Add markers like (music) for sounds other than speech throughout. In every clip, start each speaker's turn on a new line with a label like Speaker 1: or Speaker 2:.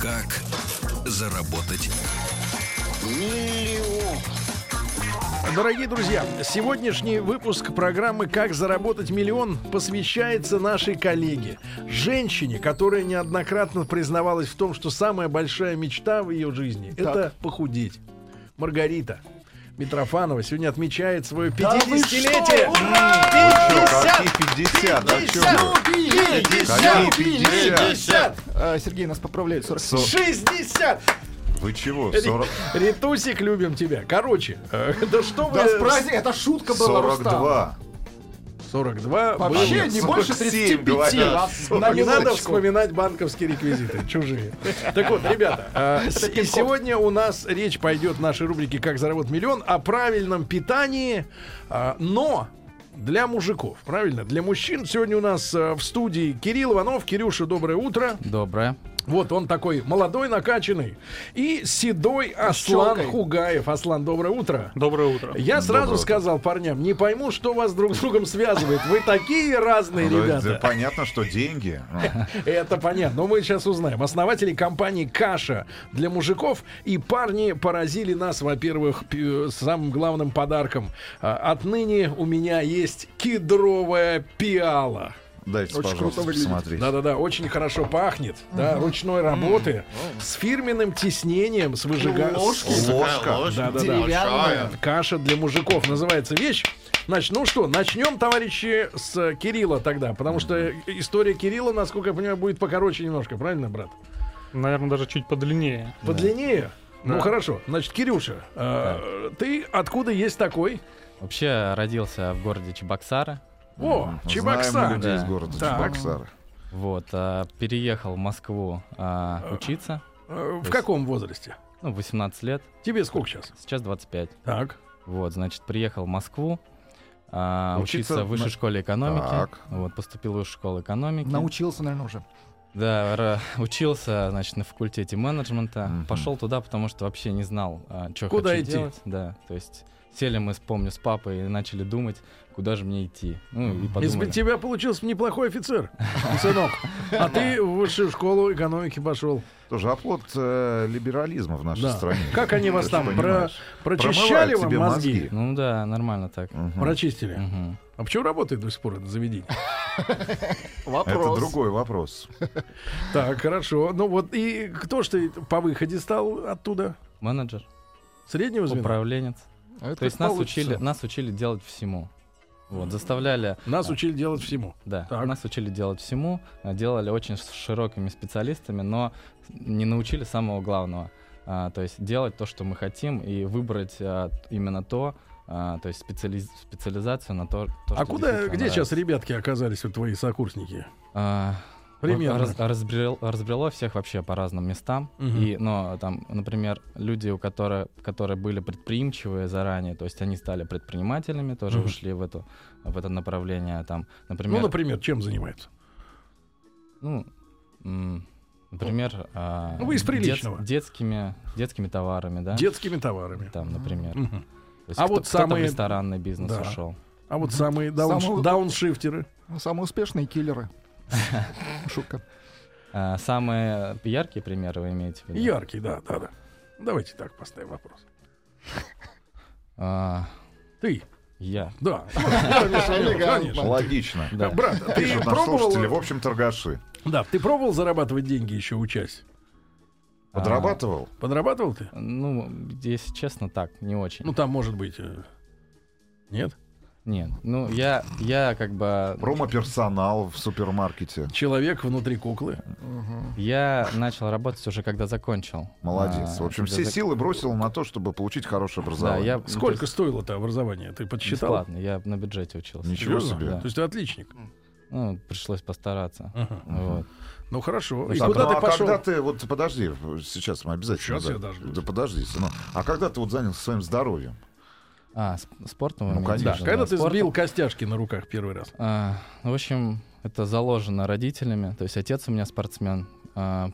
Speaker 1: Как заработать
Speaker 2: Дорогие друзья, сегодняшний выпуск программы «Как заработать миллион» посвящается нашей коллеге, женщине, которая неоднократно признавалась в том, что самая большая мечта в ее жизни — это похудеть. Маргарита Митрофанова сегодня отмечает свое 50-летие.
Speaker 3: Какие 50? О чём вы? Какие 50?
Speaker 4: А, Сергей нас поправляет. 40.
Speaker 3: Со- Вы чего? 40
Speaker 2: Ритусик, любим тебя. Короче, э, (laughs) да что вы...
Speaker 4: Да, с праздник, это шутка была, Рустам.
Speaker 3: 42.
Speaker 2: 42 было.
Speaker 4: Вообще не
Speaker 3: 47
Speaker 4: больше 35.
Speaker 3: говорят.
Speaker 4: Раз.
Speaker 2: Нам не надо
Speaker 4: Минуточку.
Speaker 2: вспоминать банковские реквизиты, чужие. Так вот, ребята,
Speaker 4: (laughs) А,
Speaker 2: э, с- и сегодня у нас речь пойдет в нашей рубрике «Как заработать миллион» о правильном питании, э, но для мужиков, правильно? Для мужчин. Сегодня у нас э, в студии Кирилл Иванов. Кирюша, доброе утро.
Speaker 5: Доброе.
Speaker 2: Вот он такой молодой, накачанный. И седой Аслан
Speaker 4: челкой.
Speaker 2: Хугаев. Аслан, доброе утро.
Speaker 6: Доброе утро.
Speaker 2: Я сразу
Speaker 3: Доброе утро.
Speaker 2: сказал парням, не пойму, что вас друг с другом связывает. Вы такие разные,
Speaker 3: Ну, это
Speaker 2: ребята.
Speaker 3: Понятно, что деньги. Ну,
Speaker 2: Это понятно. Но мы сейчас узнаем. Основатели компании «Каша» для мужиков и парни поразили нас, во-первых, пи- самым главным подарком. А, Отныне у меня есть кедровая пиала.
Speaker 3: Дайте,
Speaker 4: Очень
Speaker 3: пожалуйста,
Speaker 4: круто выглядит.
Speaker 3: посмотреть.
Speaker 2: Да-да-да, очень хорошо пахнет, да, ручной работы, с фирменным тиснением, с выжиганием.
Speaker 3: Ложка.
Speaker 2: Да-да-да. Каша для мужиков называется вещь. Значит, ну что, начнем, товарищи, с э, Кирилла тогда, потому что история Кирилла, насколько я понимаю, будет покороче немножко, правильно, брат?
Speaker 6: Наверное, даже чуть подлиннее.
Speaker 2: Подлиннее? Ну
Speaker 6: Да.
Speaker 2: хорошо. Значит, Кирюша, э, ты откуда есть такой?
Speaker 5: Вообще родился в городе Чебоксары.
Speaker 2: О,
Speaker 3: Знаем мы
Speaker 2: Чебоксар.
Speaker 3: людей из
Speaker 5: Да.
Speaker 3: города
Speaker 2: Так.
Speaker 3: Чебоксары.
Speaker 5: Вот, а, переехал в Москву а, учиться.
Speaker 2: Э, В каком возрасте?
Speaker 5: Ну, 18 лет,
Speaker 2: Тебе сколько сейчас?
Speaker 5: сейчас 25.
Speaker 2: Так.
Speaker 5: Вот, значит, приехал в Москву. а,
Speaker 3: Учиться
Speaker 5: учиться, в высшей
Speaker 3: на-
Speaker 5: школе экономики.
Speaker 3: Так.
Speaker 5: Вот, поступил в высшую школу экономики.
Speaker 4: Научился, наверное, уже.
Speaker 5: Да, ра- учился, значит, на факультете менеджмента.
Speaker 3: Мгм.
Speaker 5: Пошел туда, потому что вообще не знал, что
Speaker 2: Куда
Speaker 5: хочу
Speaker 2: идти?
Speaker 5: делать. Да, то есть сели мы, помню, с папой и начали думать, куда же мне идти. Ну, и
Speaker 2: Из бы
Speaker 5: подумали.
Speaker 2: тебя получился неплохой офицер, сынок. А ты в высшую школу экономики пошел.
Speaker 3: Тоже оплот э, либерализма в нашей
Speaker 2: Да.
Speaker 3: стране.
Speaker 2: Как они вас
Speaker 3: Ты
Speaker 2: там
Speaker 3: же
Speaker 2: про-
Speaker 3: понимаешь.
Speaker 2: прочищали
Speaker 3: Промывают
Speaker 2: вам
Speaker 3: тебе
Speaker 2: мозги?
Speaker 5: Ну да, нормально так.
Speaker 3: Мгм.
Speaker 2: Прочистили.
Speaker 5: Мгм.
Speaker 2: А почему работает до сих пор это
Speaker 3: (laughs)
Speaker 2: заведение?
Speaker 3: Это
Speaker 4: Вопрос.
Speaker 3: другой вопрос.
Speaker 2: Так, хорошо. Ну вот и кто ж ты по выходе стал оттуда?
Speaker 5: Менеджер,
Speaker 2: Среднего звена?
Speaker 5: управленец.
Speaker 4: А это
Speaker 5: Ну, То есть
Speaker 4: как
Speaker 5: нас
Speaker 4: получится.
Speaker 5: учили, нас учили делать всему. Вот, заставляли,
Speaker 2: Нас учили делать всему.
Speaker 5: да,
Speaker 2: Так.
Speaker 5: нас учили делать всему, а, делали очень с широкими специалистами, но не научили самого главного. А, то есть делать то, что мы хотим, и выбрать а, т- именно то, а, то есть специализ- специализацию на то, то
Speaker 2: А
Speaker 5: что
Speaker 2: куда,
Speaker 5: действительно
Speaker 2: где сейчас
Speaker 5: нравится.
Speaker 2: ребятки оказались, вот твои сокурсники?
Speaker 5: А,
Speaker 2: Примерно.
Speaker 5: раз- разбрел- разбрело всех вообще по разным местам.
Speaker 2: Мгм.
Speaker 5: И, но там, например, люди, у которых, которые были предприимчивые заранее, то есть они стали предпринимателями, тоже
Speaker 2: Мгм.
Speaker 5: ушли в, эту, в это направление. а Там,
Speaker 2: Ну,
Speaker 5: например,
Speaker 2: например, чем занимаются?
Speaker 5: ну, м, например, а,
Speaker 2: Ну, вы из
Speaker 5: дет-
Speaker 2: приличного.
Speaker 5: детскими, детскими товарами, да?
Speaker 2: Детскими товарами.
Speaker 5: Там, например.
Speaker 2: Мгм.
Speaker 5: То есть
Speaker 2: А
Speaker 5: кто-
Speaker 2: вот
Speaker 5: кто-то в
Speaker 2: самые-
Speaker 5: ресторанный бизнес
Speaker 2: Да.
Speaker 5: ушел.
Speaker 2: А вот самые даунш-
Speaker 4: Самого-
Speaker 2: дауншифтеры.
Speaker 4: Самые
Speaker 3: (laughs)
Speaker 4: успешные киллеры. Шутка.
Speaker 5: А, самые яркие примеры вы имеете в виду?
Speaker 2: Яркие, да, да, да. Давайте так поставим вопрос.
Speaker 5: А,
Speaker 2: Ты,
Speaker 5: я.
Speaker 3: (laughs)
Speaker 2: да.
Speaker 4: Элегантно.
Speaker 3: Логично.
Speaker 5: Да.
Speaker 2: Брат, а ты
Speaker 3: Пишут наши слушатели, в
Speaker 2: пробовал...
Speaker 3: общем, торгаши.
Speaker 2: Да, ты пробовал зарабатывать деньги еще учась?
Speaker 3: Подрабатывал?
Speaker 2: Подрабатывал ты?
Speaker 5: Ну, если честно, так, не очень.
Speaker 2: Ну, там, может быть... э, Нет?
Speaker 5: Нет, ну я, я как бы,
Speaker 3: Промо-персонал в супермаркете.
Speaker 2: Человек внутри куклы.
Speaker 5: Ну, я начал работать уже когда закончил.
Speaker 3: Молодец.
Speaker 5: А,
Speaker 3: в общем,
Speaker 5: когда
Speaker 3: все
Speaker 5: зак-
Speaker 3: силы бросил на то, чтобы получить хорошее
Speaker 5: Да,
Speaker 3: образование.
Speaker 5: я
Speaker 2: Сколько стоило-то образование? Ты подсчитал?
Speaker 5: Бесплатно, я на бюджете учился.
Speaker 3: Ничего
Speaker 2: Серьезно?
Speaker 3: себе.
Speaker 5: Да.
Speaker 2: То есть ты отличник.
Speaker 5: Ну, пришлось постараться.
Speaker 2: Ага.
Speaker 5: Вот.
Speaker 2: Ну хорошо. И
Speaker 3: Так,
Speaker 2: куда
Speaker 3: ну,
Speaker 2: ты
Speaker 3: а
Speaker 2: пошел?
Speaker 3: когда ты, вот подожди, сейчас мы обязательно...
Speaker 2: Сейчас
Speaker 3: да,
Speaker 2: я даже буду.
Speaker 3: Да подожди, сынок. А когда ты вот занялся своим здоровьем?
Speaker 5: А, сп- спортом? вы
Speaker 3: Ну,
Speaker 5: имеете в виду,
Speaker 2: Да,
Speaker 3: конечно,
Speaker 5: да,
Speaker 2: когда ты
Speaker 5: спортом?
Speaker 2: сбил костяшки на руках первый раз?
Speaker 5: А, в общем, Это заложено родителями. То есть отец у меня спортсмен, а,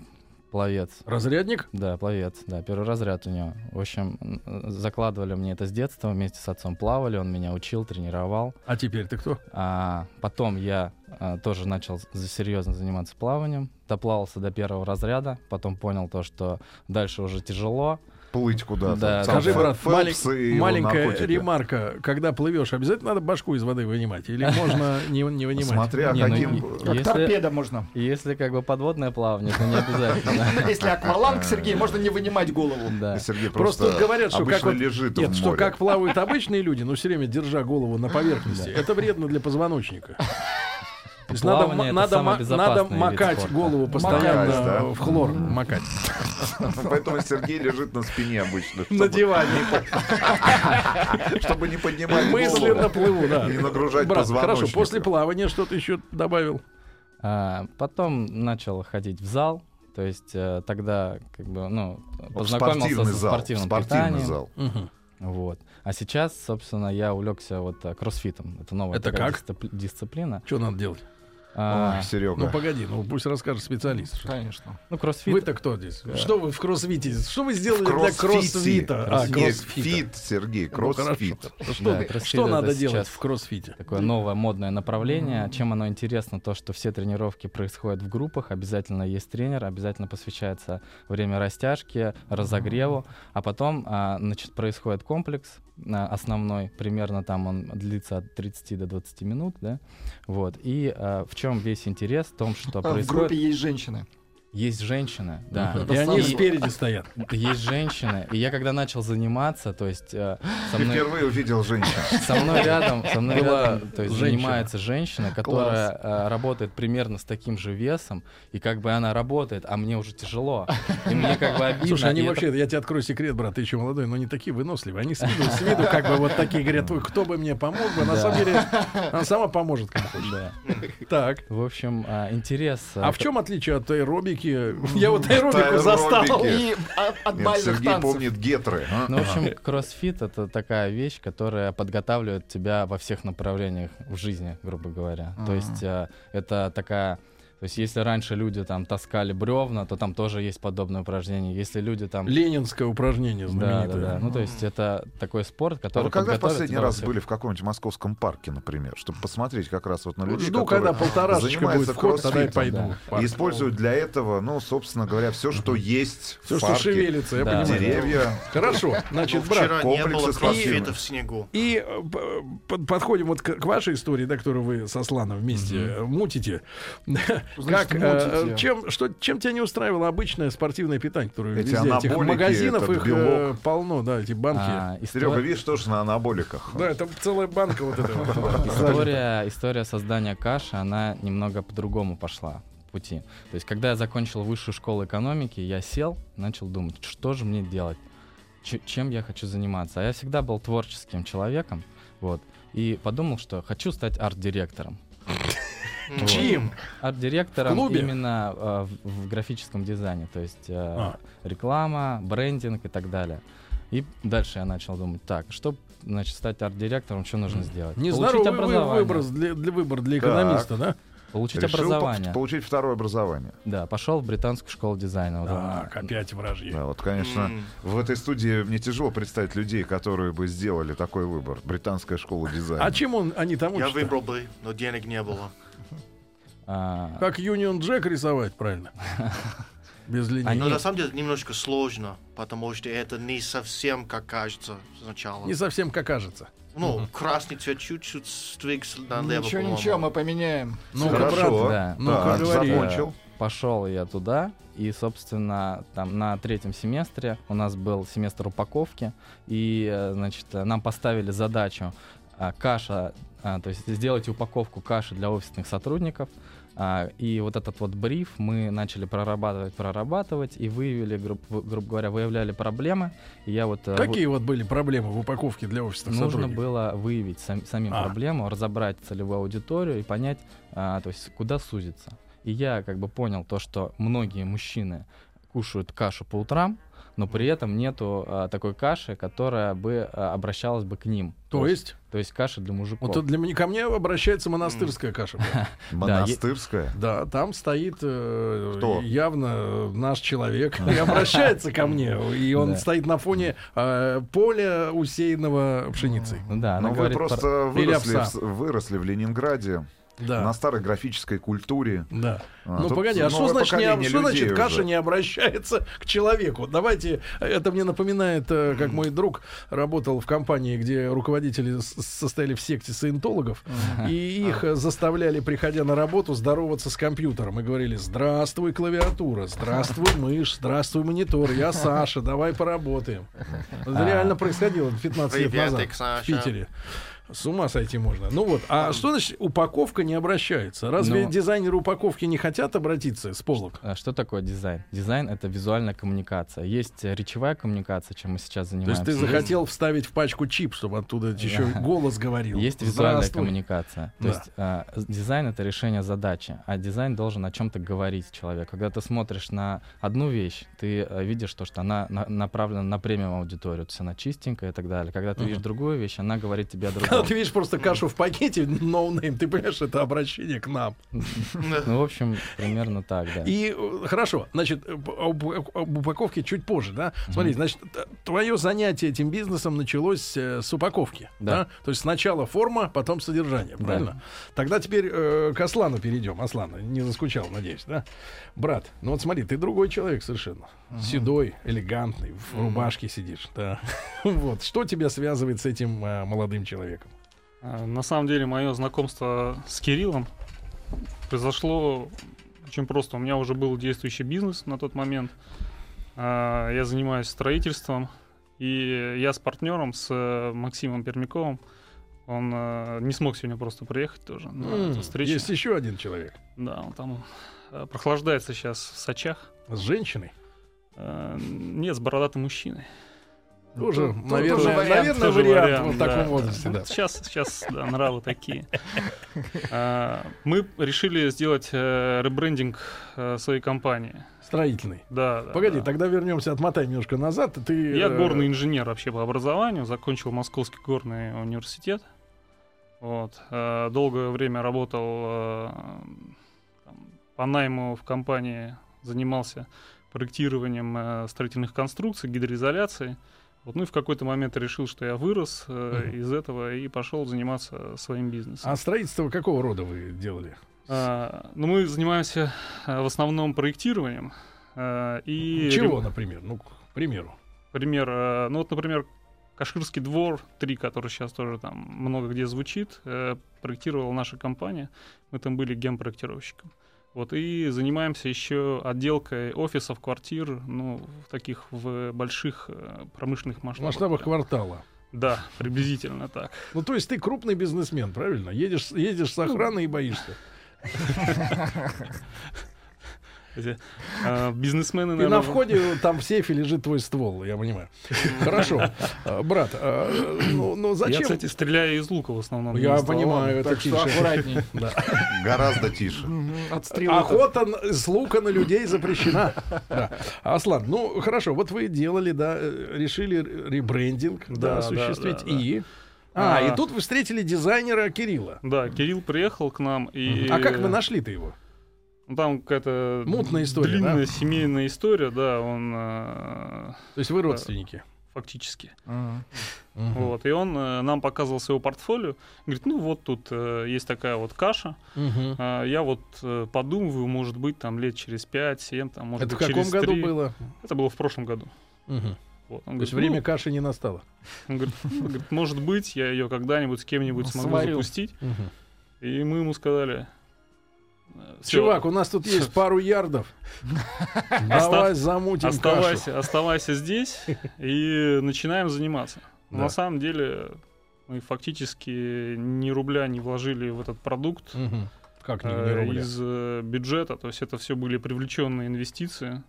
Speaker 5: пловец.
Speaker 2: Разрядник?
Speaker 5: Да, пловец, да, первый разряд у него. В общем, м, э, закладывали мне это с детства, вместе с отцом плавали, он меня учил, тренировал.
Speaker 2: А теперь ты кто?
Speaker 5: А потом я а, тоже начал за- серьезно заниматься плаванием, доплавался до первого разряда, потом понял то, что дальше уже тяжело.
Speaker 3: Плыть куда-то.
Speaker 5: Да,
Speaker 3: Сам
Speaker 2: Скажи,
Speaker 3: Фе-
Speaker 2: брат,
Speaker 3: Фелпс
Speaker 2: малень-
Speaker 3: и его
Speaker 2: маленькая
Speaker 3: наркотики.
Speaker 2: ремарка. Когда плывешь, обязательно надо башку из воды вынимать? Или
Speaker 3: (laughs)
Speaker 2: можно не, не вынимать?
Speaker 3: Смотря
Speaker 5: Не, ну,
Speaker 3: каким... э,
Speaker 5: и-
Speaker 4: Как
Speaker 5: Если-
Speaker 4: торпеда можно.
Speaker 5: Если как бы подводное плавание, то
Speaker 1: (laughs)
Speaker 5: не обязательно.
Speaker 4: Если акваланг, Сергей, можно не вынимать голову.
Speaker 5: Да.
Speaker 3: Сергей
Speaker 2: Просто,
Speaker 3: просто,
Speaker 2: говорят, что
Speaker 3: обычно
Speaker 2: как вот-
Speaker 3: лежит
Speaker 2: Нет,
Speaker 3: в
Speaker 2: что
Speaker 3: море.
Speaker 2: как плавают обычные люди, но все время держа голову на поверхности. Это вредно для позвоночника.
Speaker 3: (laughs)
Speaker 2: То есть надо,
Speaker 5: Плавание
Speaker 2: м-
Speaker 5: это
Speaker 2: надо,
Speaker 5: самый
Speaker 2: ма-
Speaker 5: безопасный
Speaker 2: надо
Speaker 5: вид
Speaker 2: макать
Speaker 5: спорта.
Speaker 2: голову постоянно
Speaker 3: Макать, да.
Speaker 2: э, в хлор. Макать.
Speaker 3: Поэтому Сергей лежит на спине обычно,
Speaker 2: На
Speaker 3: чтобы,
Speaker 2: диване.
Speaker 3: чтобы не поднимать
Speaker 2: Мысленно
Speaker 3: (laughs) голову.
Speaker 2: плыву, да.
Speaker 3: Не нагружать
Speaker 2: Брат,
Speaker 3: позвоночник.
Speaker 2: хорошо, после плавания что-то еще добавил?
Speaker 5: А, Потом начал ходить в зал, то есть э, тогда как бы, ну,
Speaker 3: В
Speaker 5: познакомился
Speaker 3: спортивный
Speaker 5: со
Speaker 3: зал. в
Speaker 5: спортивным
Speaker 3: спортивный
Speaker 5: питанием.
Speaker 3: зал.
Speaker 5: Вот. А сейчас, собственно, я увлекся вот э, кроссфитом. Это новая
Speaker 2: Это
Speaker 5: такая
Speaker 2: как?
Speaker 5: дисципли- дисциплина.
Speaker 2: Что надо делать?
Speaker 5: А,
Speaker 3: Ой,
Speaker 2: Ну,
Speaker 3: Серега.
Speaker 2: погоди, ну пусть расскажет специалист.
Speaker 4: Конечно.
Speaker 5: ну, кроссфит.
Speaker 2: Вы-то кто здесь? Что вы в кроссвите? Что вы сделали для
Speaker 3: Кроссфите.
Speaker 2: кроссвита? А,
Speaker 3: Нет,
Speaker 2: кроссфита.
Speaker 3: фит, Сергей,
Speaker 2: Ну, хорошо.
Speaker 3: кроссфит.
Speaker 2: Ну, Что
Speaker 5: Да,
Speaker 2: ты-
Speaker 5: кроссфит
Speaker 2: что
Speaker 5: это
Speaker 2: надо
Speaker 5: сейчас
Speaker 2: делать в кроссфите?
Speaker 5: Такое новое модное направление. Чем оно интересно? То, что все тренировки происходят в группах, обязательно есть тренер, обязательно посвящается время растяжки, разогреву, а потом а, значит, происходит комплекс а, основной, примерно там он длится от 30 до 20 минут, да, вот. И а, в чем весь интерес? В том, что
Speaker 4: А В группе
Speaker 5: происходит...
Speaker 4: есть женщины.
Speaker 5: Есть женщины, да.
Speaker 2: Мгм.
Speaker 4: Это
Speaker 2: И они
Speaker 4: самое-
Speaker 2: спереди стоят.
Speaker 5: Есть женщины. И я когда начал заниматься, то есть э, со
Speaker 3: Ты
Speaker 5: мной...
Speaker 3: впервые увидел женщину.
Speaker 5: Со мной рядом, со мной
Speaker 2: Была
Speaker 5: рядом, то есть
Speaker 2: женщина.
Speaker 5: занимается женщина, которая э, работает примерно с таким же весом, и как бы она работает, а мне уже тяжело, и мне как бы обидно.
Speaker 2: Слушай, они
Speaker 5: и это-
Speaker 2: вообще, я тебе открою секрет, брат, ты еще молодой, но не такие выносливые. Они с виду, с виду как бы вот такие говорят, «Ой, кто бы мне помог бы, на
Speaker 5: Да.
Speaker 2: самом деле она сама поможет, как хочет.
Speaker 5: Да.
Speaker 2: Так.
Speaker 5: В общем, э, интерес. э,
Speaker 2: А в чем отличие от
Speaker 5: (laughs)
Speaker 2: аэробики? Я вот (laughs) аэробику
Speaker 3: Аэробики.
Speaker 2: застал.
Speaker 4: И от, от
Speaker 3: Нет,
Speaker 4: бальных
Speaker 3: Сергей
Speaker 4: танцев.
Speaker 3: помнит гетры. а?
Speaker 5: Ну, в общем, кроссфит это такая вещь, которая подготавливает тебя во всех направлениях в жизни, грубо говоря. То
Speaker 2: А.
Speaker 5: есть э, это такая. То есть, если раньше люди там таскали бревна, то там тоже есть подобное упражнение. Если люди там.
Speaker 2: Ленинское упражнение
Speaker 5: Да, да,
Speaker 2: знаменитое.
Speaker 5: да. Ну, то есть, это такой спорт,
Speaker 3: А
Speaker 5: который.
Speaker 3: вы когда в
Speaker 5: подготовит
Speaker 3: последний
Speaker 5: тебя во
Speaker 3: раз
Speaker 5: всех-
Speaker 3: были в каком-нибудь московском парке, например, чтобы посмотреть как раз вот на людей,
Speaker 2: Жду, когда
Speaker 3: которые
Speaker 2: полторашечка будет
Speaker 3: занимаются
Speaker 2: вход, тогда я
Speaker 3: кроссфитом,
Speaker 2: пойду.
Speaker 3: и используют для этого, ну, собственно говоря, все, что есть
Speaker 2: Все,
Speaker 3: в
Speaker 2: что
Speaker 3: парке.
Speaker 2: шевелится, я
Speaker 5: Да.
Speaker 2: понимаю.
Speaker 3: Деревья.
Speaker 2: Хорошо, значит,
Speaker 7: Ну,
Speaker 2: брат,
Speaker 7: вчера не
Speaker 3: комплексы
Speaker 7: было
Speaker 3: спортивные.
Speaker 7: кроссфита в снегу.
Speaker 2: И э, п- под- подходим вот к, к вашей истории, да, которую вы со Сланом вместе э, мутите.
Speaker 4: Значит,
Speaker 2: Как, э,
Speaker 4: мутите.
Speaker 2: чем, что, чем тебя не устраивало обычное спортивное питание, которое
Speaker 3: Эти
Speaker 2: везде, этих
Speaker 3: анаболики,
Speaker 2: магазинов,
Speaker 3: этот
Speaker 2: их э,
Speaker 3: белок.
Speaker 2: полно, да, эти банки.
Speaker 5: А, исто-
Speaker 3: Серега, видишь, тоже на анаболиках.
Speaker 2: Да, это целая банка вот этого.
Speaker 5: (laughs) история, история создания каши, она немного по-другому пошла пути. То есть, когда я закончил высшую школу экономики, я сел, начал думать, что же мне делать, Ч- чем я хочу заниматься. А я всегда был творческим человеком, вот, и подумал, что хочу стать арт-директором. Вот.
Speaker 2: Чим? В
Speaker 5: Арт-директором
Speaker 2: клубе?
Speaker 5: именно э, в, в графическом дизайне, то есть э,
Speaker 2: А.
Speaker 5: реклама, брендинг и так далее. И дальше я начал думать, так, чтобы значит, стать арт-директором, что нужно сделать?
Speaker 2: Нездоровый вы-
Speaker 5: образование.
Speaker 2: выбор для, для выбор для
Speaker 3: Так.
Speaker 2: экономиста, да?
Speaker 5: Получить
Speaker 3: Решил
Speaker 5: образование.
Speaker 3: пок- получить второе образование.
Speaker 5: Да, пошел в британскую школу дизайна. Вот она.
Speaker 2: Так, опять вражьи.
Speaker 3: Да, вот, конечно,
Speaker 7: М.
Speaker 3: в этой студии мне тяжело представить людей, которые бы сделали такой выбор. Британская школа дизайна.
Speaker 2: А чем он, они там
Speaker 7: Я
Speaker 2: учатся?
Speaker 7: выбрал бы, но денег не было.
Speaker 5: А,
Speaker 2: Как Юнион Джек рисовать, правильно? Без линии.
Speaker 5: Они-
Speaker 7: Но
Speaker 5: Нет.
Speaker 7: на самом деле это немножко сложно, потому что это не совсем, как кажется сначала.
Speaker 2: Не совсем как кажется.
Speaker 7: Ну, красный цвет чуть-чуть сдвиг с- налево,
Speaker 4: Ничего,
Speaker 7: по-моему. (laughs)
Speaker 4: ничего, мы поменяем.
Speaker 2: Ну-ка, брат,
Speaker 3: Хорошо.
Speaker 5: да.
Speaker 2: Ну,
Speaker 3: Так,
Speaker 2: говори.
Speaker 3: закончил.
Speaker 5: Пошел я туда, и, собственно, там на третьем семестре у нас был семестр упаковки, и, э, значит, э, нам поставили задачу а, каша, а, то есть сделать упаковку каши для офисных сотрудников, А, и вот этот вот бриф мы начали прорабатывать, прорабатывать, и выявили, грубо, грубо говоря, выявляли проблемы, и я вот... э, вы-
Speaker 2: А Какие вот были проблемы в упаковке для офисных
Speaker 5: Нужно
Speaker 2: сотрудников?
Speaker 5: было выявить сам- самим
Speaker 2: А.
Speaker 5: проблему, разобрать целевую аудиторию и понять, а, то есть куда сузиться. И я как бы понял то, что многие мужчины кушают кашу по утрам, но при этом нету а, такой каши, которая бы а, обращалась бы к ним.
Speaker 2: То есть
Speaker 5: то То есть каша для мужиков.
Speaker 2: Вот тут для меня, ко мне обращается монастырская каша. (laughs)
Speaker 3: Монастырская.
Speaker 2: Да, там стоит э,
Speaker 3: Кто?
Speaker 2: явно э, наш
Speaker 5: (laughs)
Speaker 2: человек и обращается ко мне. И он
Speaker 5: Да.
Speaker 2: стоит на фоне э, поля, усеянного пшеницей.
Speaker 5: Ну да,
Speaker 3: Но
Speaker 5: она
Speaker 3: вы
Speaker 5: говорит про-
Speaker 3: просто
Speaker 2: Или
Speaker 3: выросли,
Speaker 2: овса.
Speaker 3: в- выросли в Ленинграде на
Speaker 2: Да.
Speaker 3: старой графической культуре.
Speaker 2: Да.
Speaker 3: А,
Speaker 2: ну
Speaker 3: тут
Speaker 2: погоди, а что
Speaker 3: новое
Speaker 2: значит, не об-
Speaker 3: поколение
Speaker 2: что
Speaker 3: людей
Speaker 2: значит каша
Speaker 3: уже.
Speaker 2: не обращается к человеку? Давайте, э, это мне напоминает, э, как мой друг работал в компании, где руководители с- состояли в секте саентологов, и их э,
Speaker 3: А.
Speaker 2: заставляли, приходя на работу, здороваться с компьютером и говорили, здравствуй, клавиатура, здравствуй, мышь, здравствуй, монитор, я Саша, давай поработаем. Это
Speaker 3: А.
Speaker 2: реально происходило 15 лет
Speaker 7: Привет,
Speaker 2: назад
Speaker 7: ты,
Speaker 2: в
Speaker 7: Саша.
Speaker 2: Питере. С ума сойти можно. Ну вот, а что значит упаковка не обращается? Разве
Speaker 5: Ну.
Speaker 2: дизайнеры упаковки не хотят обратиться с полок?
Speaker 5: А Что такое дизайн? Дизайн — это визуальная коммуникация. Есть э, речевая коммуникация, чем мы сейчас
Speaker 2: То
Speaker 5: занимаемся.
Speaker 2: есть ты захотел вставить в пачку чип, чтобы оттуда еще голос говорил.
Speaker 5: Есть визуальная
Speaker 2: Здравствуй.
Speaker 5: коммуникация. То
Speaker 2: Да.
Speaker 5: есть э, с- дизайн это решение задачи, а дизайн должен о чем-то говорить человек. Когда ты смотришь на одну вещь, ты э, видишь то, что она на- направлена на премиум аудиторию, то есть она чистенькая и так далее. Когда ты видишь другую вещь, она говорит тебе о
Speaker 2: Когда
Speaker 5: другом.
Speaker 2: ты видишь просто кашу в пакете, no name, ты понимаешь, это обращение к нам.
Speaker 5: Ну, в общем, примерно так, да.
Speaker 2: И э, хорошо, значит, э, п- об, об упаковке чуть позже, да? Смотри, значит, т- твое занятие этим бизнесом началось э, с упаковки, да.
Speaker 5: Да.
Speaker 2: То есть сначала форма, потом содержание, правильно? Тогда теперь э, к Аслану перейдем. Аслан, не заскучал, надеюсь, да? Брат, ну вот смотри, ты другой человек совершенно. Седой, элегантный, в рубашке сидишь, да. (laughs) Вот, что тебя связывает с этим э, молодым человеком?
Speaker 6: А, На самом деле, мое знакомство с Кириллом произошло очень просто. У меня уже был действующий бизнес на тот момент. А, Я занимаюсь строительством. И я с партнером, с э, Максимом Пермяковым, он э, не смог сегодня просто приехать тоже
Speaker 5: Ну,
Speaker 6: на эту
Speaker 2: М,
Speaker 6: встречу.
Speaker 2: Есть еще один человек
Speaker 6: Да, он там э, прохлаждается сейчас в сачах.
Speaker 2: с женщиной.
Speaker 6: Э, Нет, с бородатым мужчиной.
Speaker 2: Ну, Тоже,
Speaker 4: Тоже
Speaker 2: наверное,
Speaker 4: вариант,
Speaker 2: наверное,
Speaker 6: Ну, тоже
Speaker 2: вариант,
Speaker 6: вариант,
Speaker 2: вот в
Speaker 6: да.
Speaker 2: таком возрасте, да.
Speaker 6: Сейчас, сейчас да, нравы такие. А, Мы решили сделать э, ребрендинг э, своей компании.
Speaker 2: Строительный.
Speaker 6: Да, да,
Speaker 2: Погоди,
Speaker 6: да.
Speaker 2: тогда вернемся, отмотай немножко назад. Ты,
Speaker 6: Я
Speaker 2: э,
Speaker 6: горный инженер вообще по образованию, закончил Московский горный университет. Вот. Э, Долгое время работал э, там, по найму в компании, занимался проектированием э, строительных конструкций, гидроизоляции. Вот, ну и в какой-то момент решил, что я вырос э,
Speaker 2: Мгм.
Speaker 6: из этого и пошел заниматься своим бизнесом.
Speaker 2: А строительство какого рода вы делали?
Speaker 6: А, ну, мы занимаемся э, в основном проектированием. э, и
Speaker 2: Чего, например? Ну, к примеру.
Speaker 6: пример, э, ну вот, например, Каширский двор 3, который сейчас тоже там много где звучит, э, проектировала наша компания. Мы там были генпроектировщиком. Вот, и занимаемся еще отделкой офисов, квартир, ну, в таких в больших э, промышленных
Speaker 2: В
Speaker 6: масштабах.
Speaker 2: масштабах квартала.
Speaker 6: Да, приблизительно так.
Speaker 2: Ну, то есть ты крупный бизнесмен, правильно? Едешь, едешь
Speaker 6: Ну,
Speaker 2: с охраной и боишься.
Speaker 6: (laughs) Эти, э, бизнесмены,
Speaker 2: И
Speaker 6: наверное,
Speaker 2: на входе там в сейфе лежит твой ствол, я
Speaker 6: (laughs)
Speaker 2: понимаю. Хорошо. А, Брат, а, ну, ну
Speaker 6: Я,
Speaker 2: зачем?
Speaker 6: кстати, стреляю из лука в основном.
Speaker 2: Я
Speaker 6: не из
Speaker 2: понимаю, это
Speaker 4: Так что
Speaker 2: тише. (laughs)
Speaker 4: аккуратней.
Speaker 3: Гораздо тише.
Speaker 4: От стрелы.
Speaker 2: Охота н- с лука на людей запрещена. (laughs) Да. Аслан, ну хорошо, вот вы делали, да, э, решили р- ребрендинг да,
Speaker 6: Да, да,
Speaker 2: осуществить
Speaker 6: да, да.
Speaker 2: и. А,
Speaker 6: А.
Speaker 2: и тут вы встретили дизайнера Кирилла.
Speaker 6: Да, Кирилл приехал к нам и...
Speaker 2: А как вы нашли-то его?
Speaker 6: Ну, Там какая-то...
Speaker 2: Мутная история, да?
Speaker 6: Длинная семейная история, да, он э,
Speaker 2: То есть вы родственники.
Speaker 6: фактически.
Speaker 4: Мгм.
Speaker 2: Мгм.
Speaker 6: Вот, и он э, нам показывал свое портфолио. Говорит, ну вот тут э, есть такая вот каша.
Speaker 2: Мгм.
Speaker 6: А, я вот э, подумываю, может быть, там лет через 5-7, там, может
Speaker 2: Это в
Speaker 6: быть,
Speaker 2: каком
Speaker 6: через
Speaker 2: году
Speaker 6: 3.
Speaker 2: было?
Speaker 6: Это было в прошлом году.
Speaker 2: Мгм.
Speaker 6: Вот, он
Speaker 2: То
Speaker 6: говорит,
Speaker 2: есть время
Speaker 6: «Ну»,
Speaker 2: каши не настало.
Speaker 6: он говорит, «Ну, говорит, может быть, я ее когда-нибудь с кем-нибудь смогу
Speaker 4: Сварю.
Speaker 6: запустить.
Speaker 2: Мгм.
Speaker 6: И мы ему сказали... э, «Всё,
Speaker 2: Чувак, у нас тут
Speaker 6: (laughs)
Speaker 2: есть пару ярдов. Давай замутим кашу.
Speaker 6: Оставайся, оставайся здесь и начинаем заниматься. Но
Speaker 2: Да.
Speaker 6: На самом деле мы фактически ни рубля не вложили в этот продукт
Speaker 2: Мгм. Как не, не
Speaker 6: э,
Speaker 2: рубля?
Speaker 6: из э, бюджета, то есть это все были привлеченные инвестиции.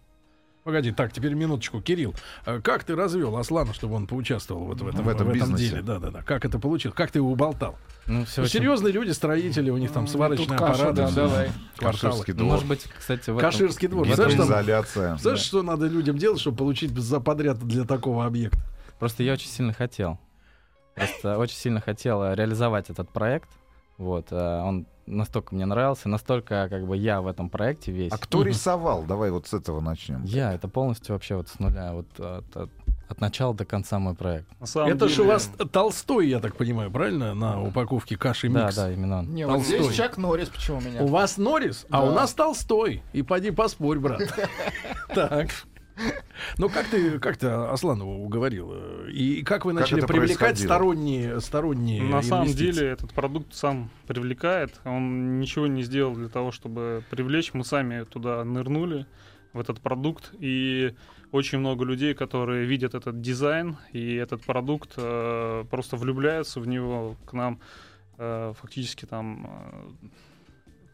Speaker 2: Погоди, так, теперь минуточку, Кирилл. э, Как ты развел Аслана, чтобы он поучаствовал вот в этом,
Speaker 3: В этом бизнесе.
Speaker 2: деле? Да, да, да. Как это получилось? Как ты его уболтал?
Speaker 5: Ну, все
Speaker 2: Ну, серьезные люди, строители, у них там сварочные
Speaker 4: Тут каша,
Speaker 2: аппараты,
Speaker 4: да,
Speaker 2: всё,
Speaker 4: давай.
Speaker 2: кварталы.
Speaker 3: Каширский двор.
Speaker 5: ну, Может быть, кстати, в этом...
Speaker 2: Каширский двор.
Speaker 5: в этом
Speaker 2: Знаешь, там-
Speaker 3: Гидроизоляция.
Speaker 2: Знаешь, что надо людям делать, чтобы получить за подряд для такого объекта?
Speaker 5: Просто я очень сильно хотел. Просто очень сильно хотела реализовать этот проект. Вот, э, он настолько мне нравился, настолько как бы я в этом проекте весь.
Speaker 3: А кто рисовал? Давай вот с этого начнем.
Speaker 5: Я, это полностью вообще вот с нуля, вот а, от, от- от начала до конца мой проект.
Speaker 6: На самом
Speaker 2: Это же
Speaker 6: деле,
Speaker 2: у вас Толстой, я так понимаю, правильно? На упаковке каши
Speaker 5: Да,
Speaker 2: микс.
Speaker 5: да, именно он.
Speaker 4: Не, вот здесь
Speaker 2: Толстой.
Speaker 4: Чак Норрис, почему у меня?
Speaker 2: У вас Норрис, а
Speaker 4: Да.
Speaker 2: у нас Толстой. И поди поспорь,
Speaker 6: (laughs)
Speaker 2: брат. Так. Ну, как ты, как ты Асланова уговорил? э, И как вы
Speaker 3: Как
Speaker 2: начали
Speaker 3: это
Speaker 2: привлекать
Speaker 3: происходило?
Speaker 2: сторонние, сторонние
Speaker 6: На самом
Speaker 2: инвестиции? (laughs)
Speaker 6: деле этот продукт сам привлекает. Он ничего не сделал для того, чтобы привлечь. Мы сами туда нырнули, в этот продукт. И очень много людей, которые видят этот дизайн и этот продукт, э, просто влюбляются в него. К нам э, фактически там э,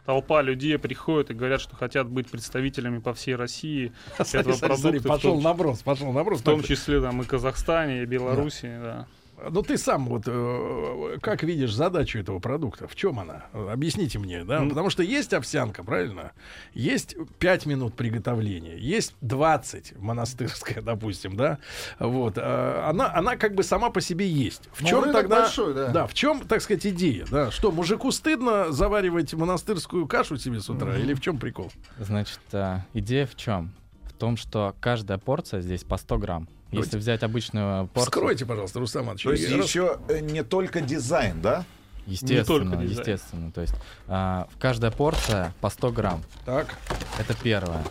Speaker 6: толпа людей приходит и говорят, что хотят быть представителями по всей России.
Speaker 2: Смотри,
Speaker 6: этого
Speaker 2: смотри, смотри,
Speaker 6: продукта в
Speaker 2: пошел
Speaker 6: том числе.
Speaker 2: наброс, пошел наброс.
Speaker 6: В том
Speaker 2: Так,
Speaker 6: числе там и Казахстане, и Белоруссии. Да.
Speaker 2: Ну, ты сам вот э, как видишь задачу этого продукта? В чем она? Э, Объясните мне, да?
Speaker 6: Ну.
Speaker 2: Потому что есть овсянка, правильно? Есть 5 минут приготовления, есть 20 монастырская, (laughs) допустим, да? Вот. э, она, она как бы сама по себе есть. В
Speaker 4: Ну,
Speaker 2: чем
Speaker 4: рынок
Speaker 2: тогда...
Speaker 4: большой, да.
Speaker 2: в чем, так сказать, идея? Да? Что, мужику стыдно заваривать монастырскую кашу себе с утра? Или в чем прикол?
Speaker 5: Значит, э, идея в чем? В том, что каждая порция здесь по 100 грамм. Если взять обычную порцию,
Speaker 2: Вскройте, пожалуйста, Рустам Иванович.
Speaker 3: То есть
Speaker 2: Раз-
Speaker 3: еще э, не только дизайн, да?
Speaker 5: естественно,
Speaker 6: дизайн.
Speaker 5: естественно, то есть а, в каждая порция по 100 грамм.
Speaker 2: Так.
Speaker 5: Это первое.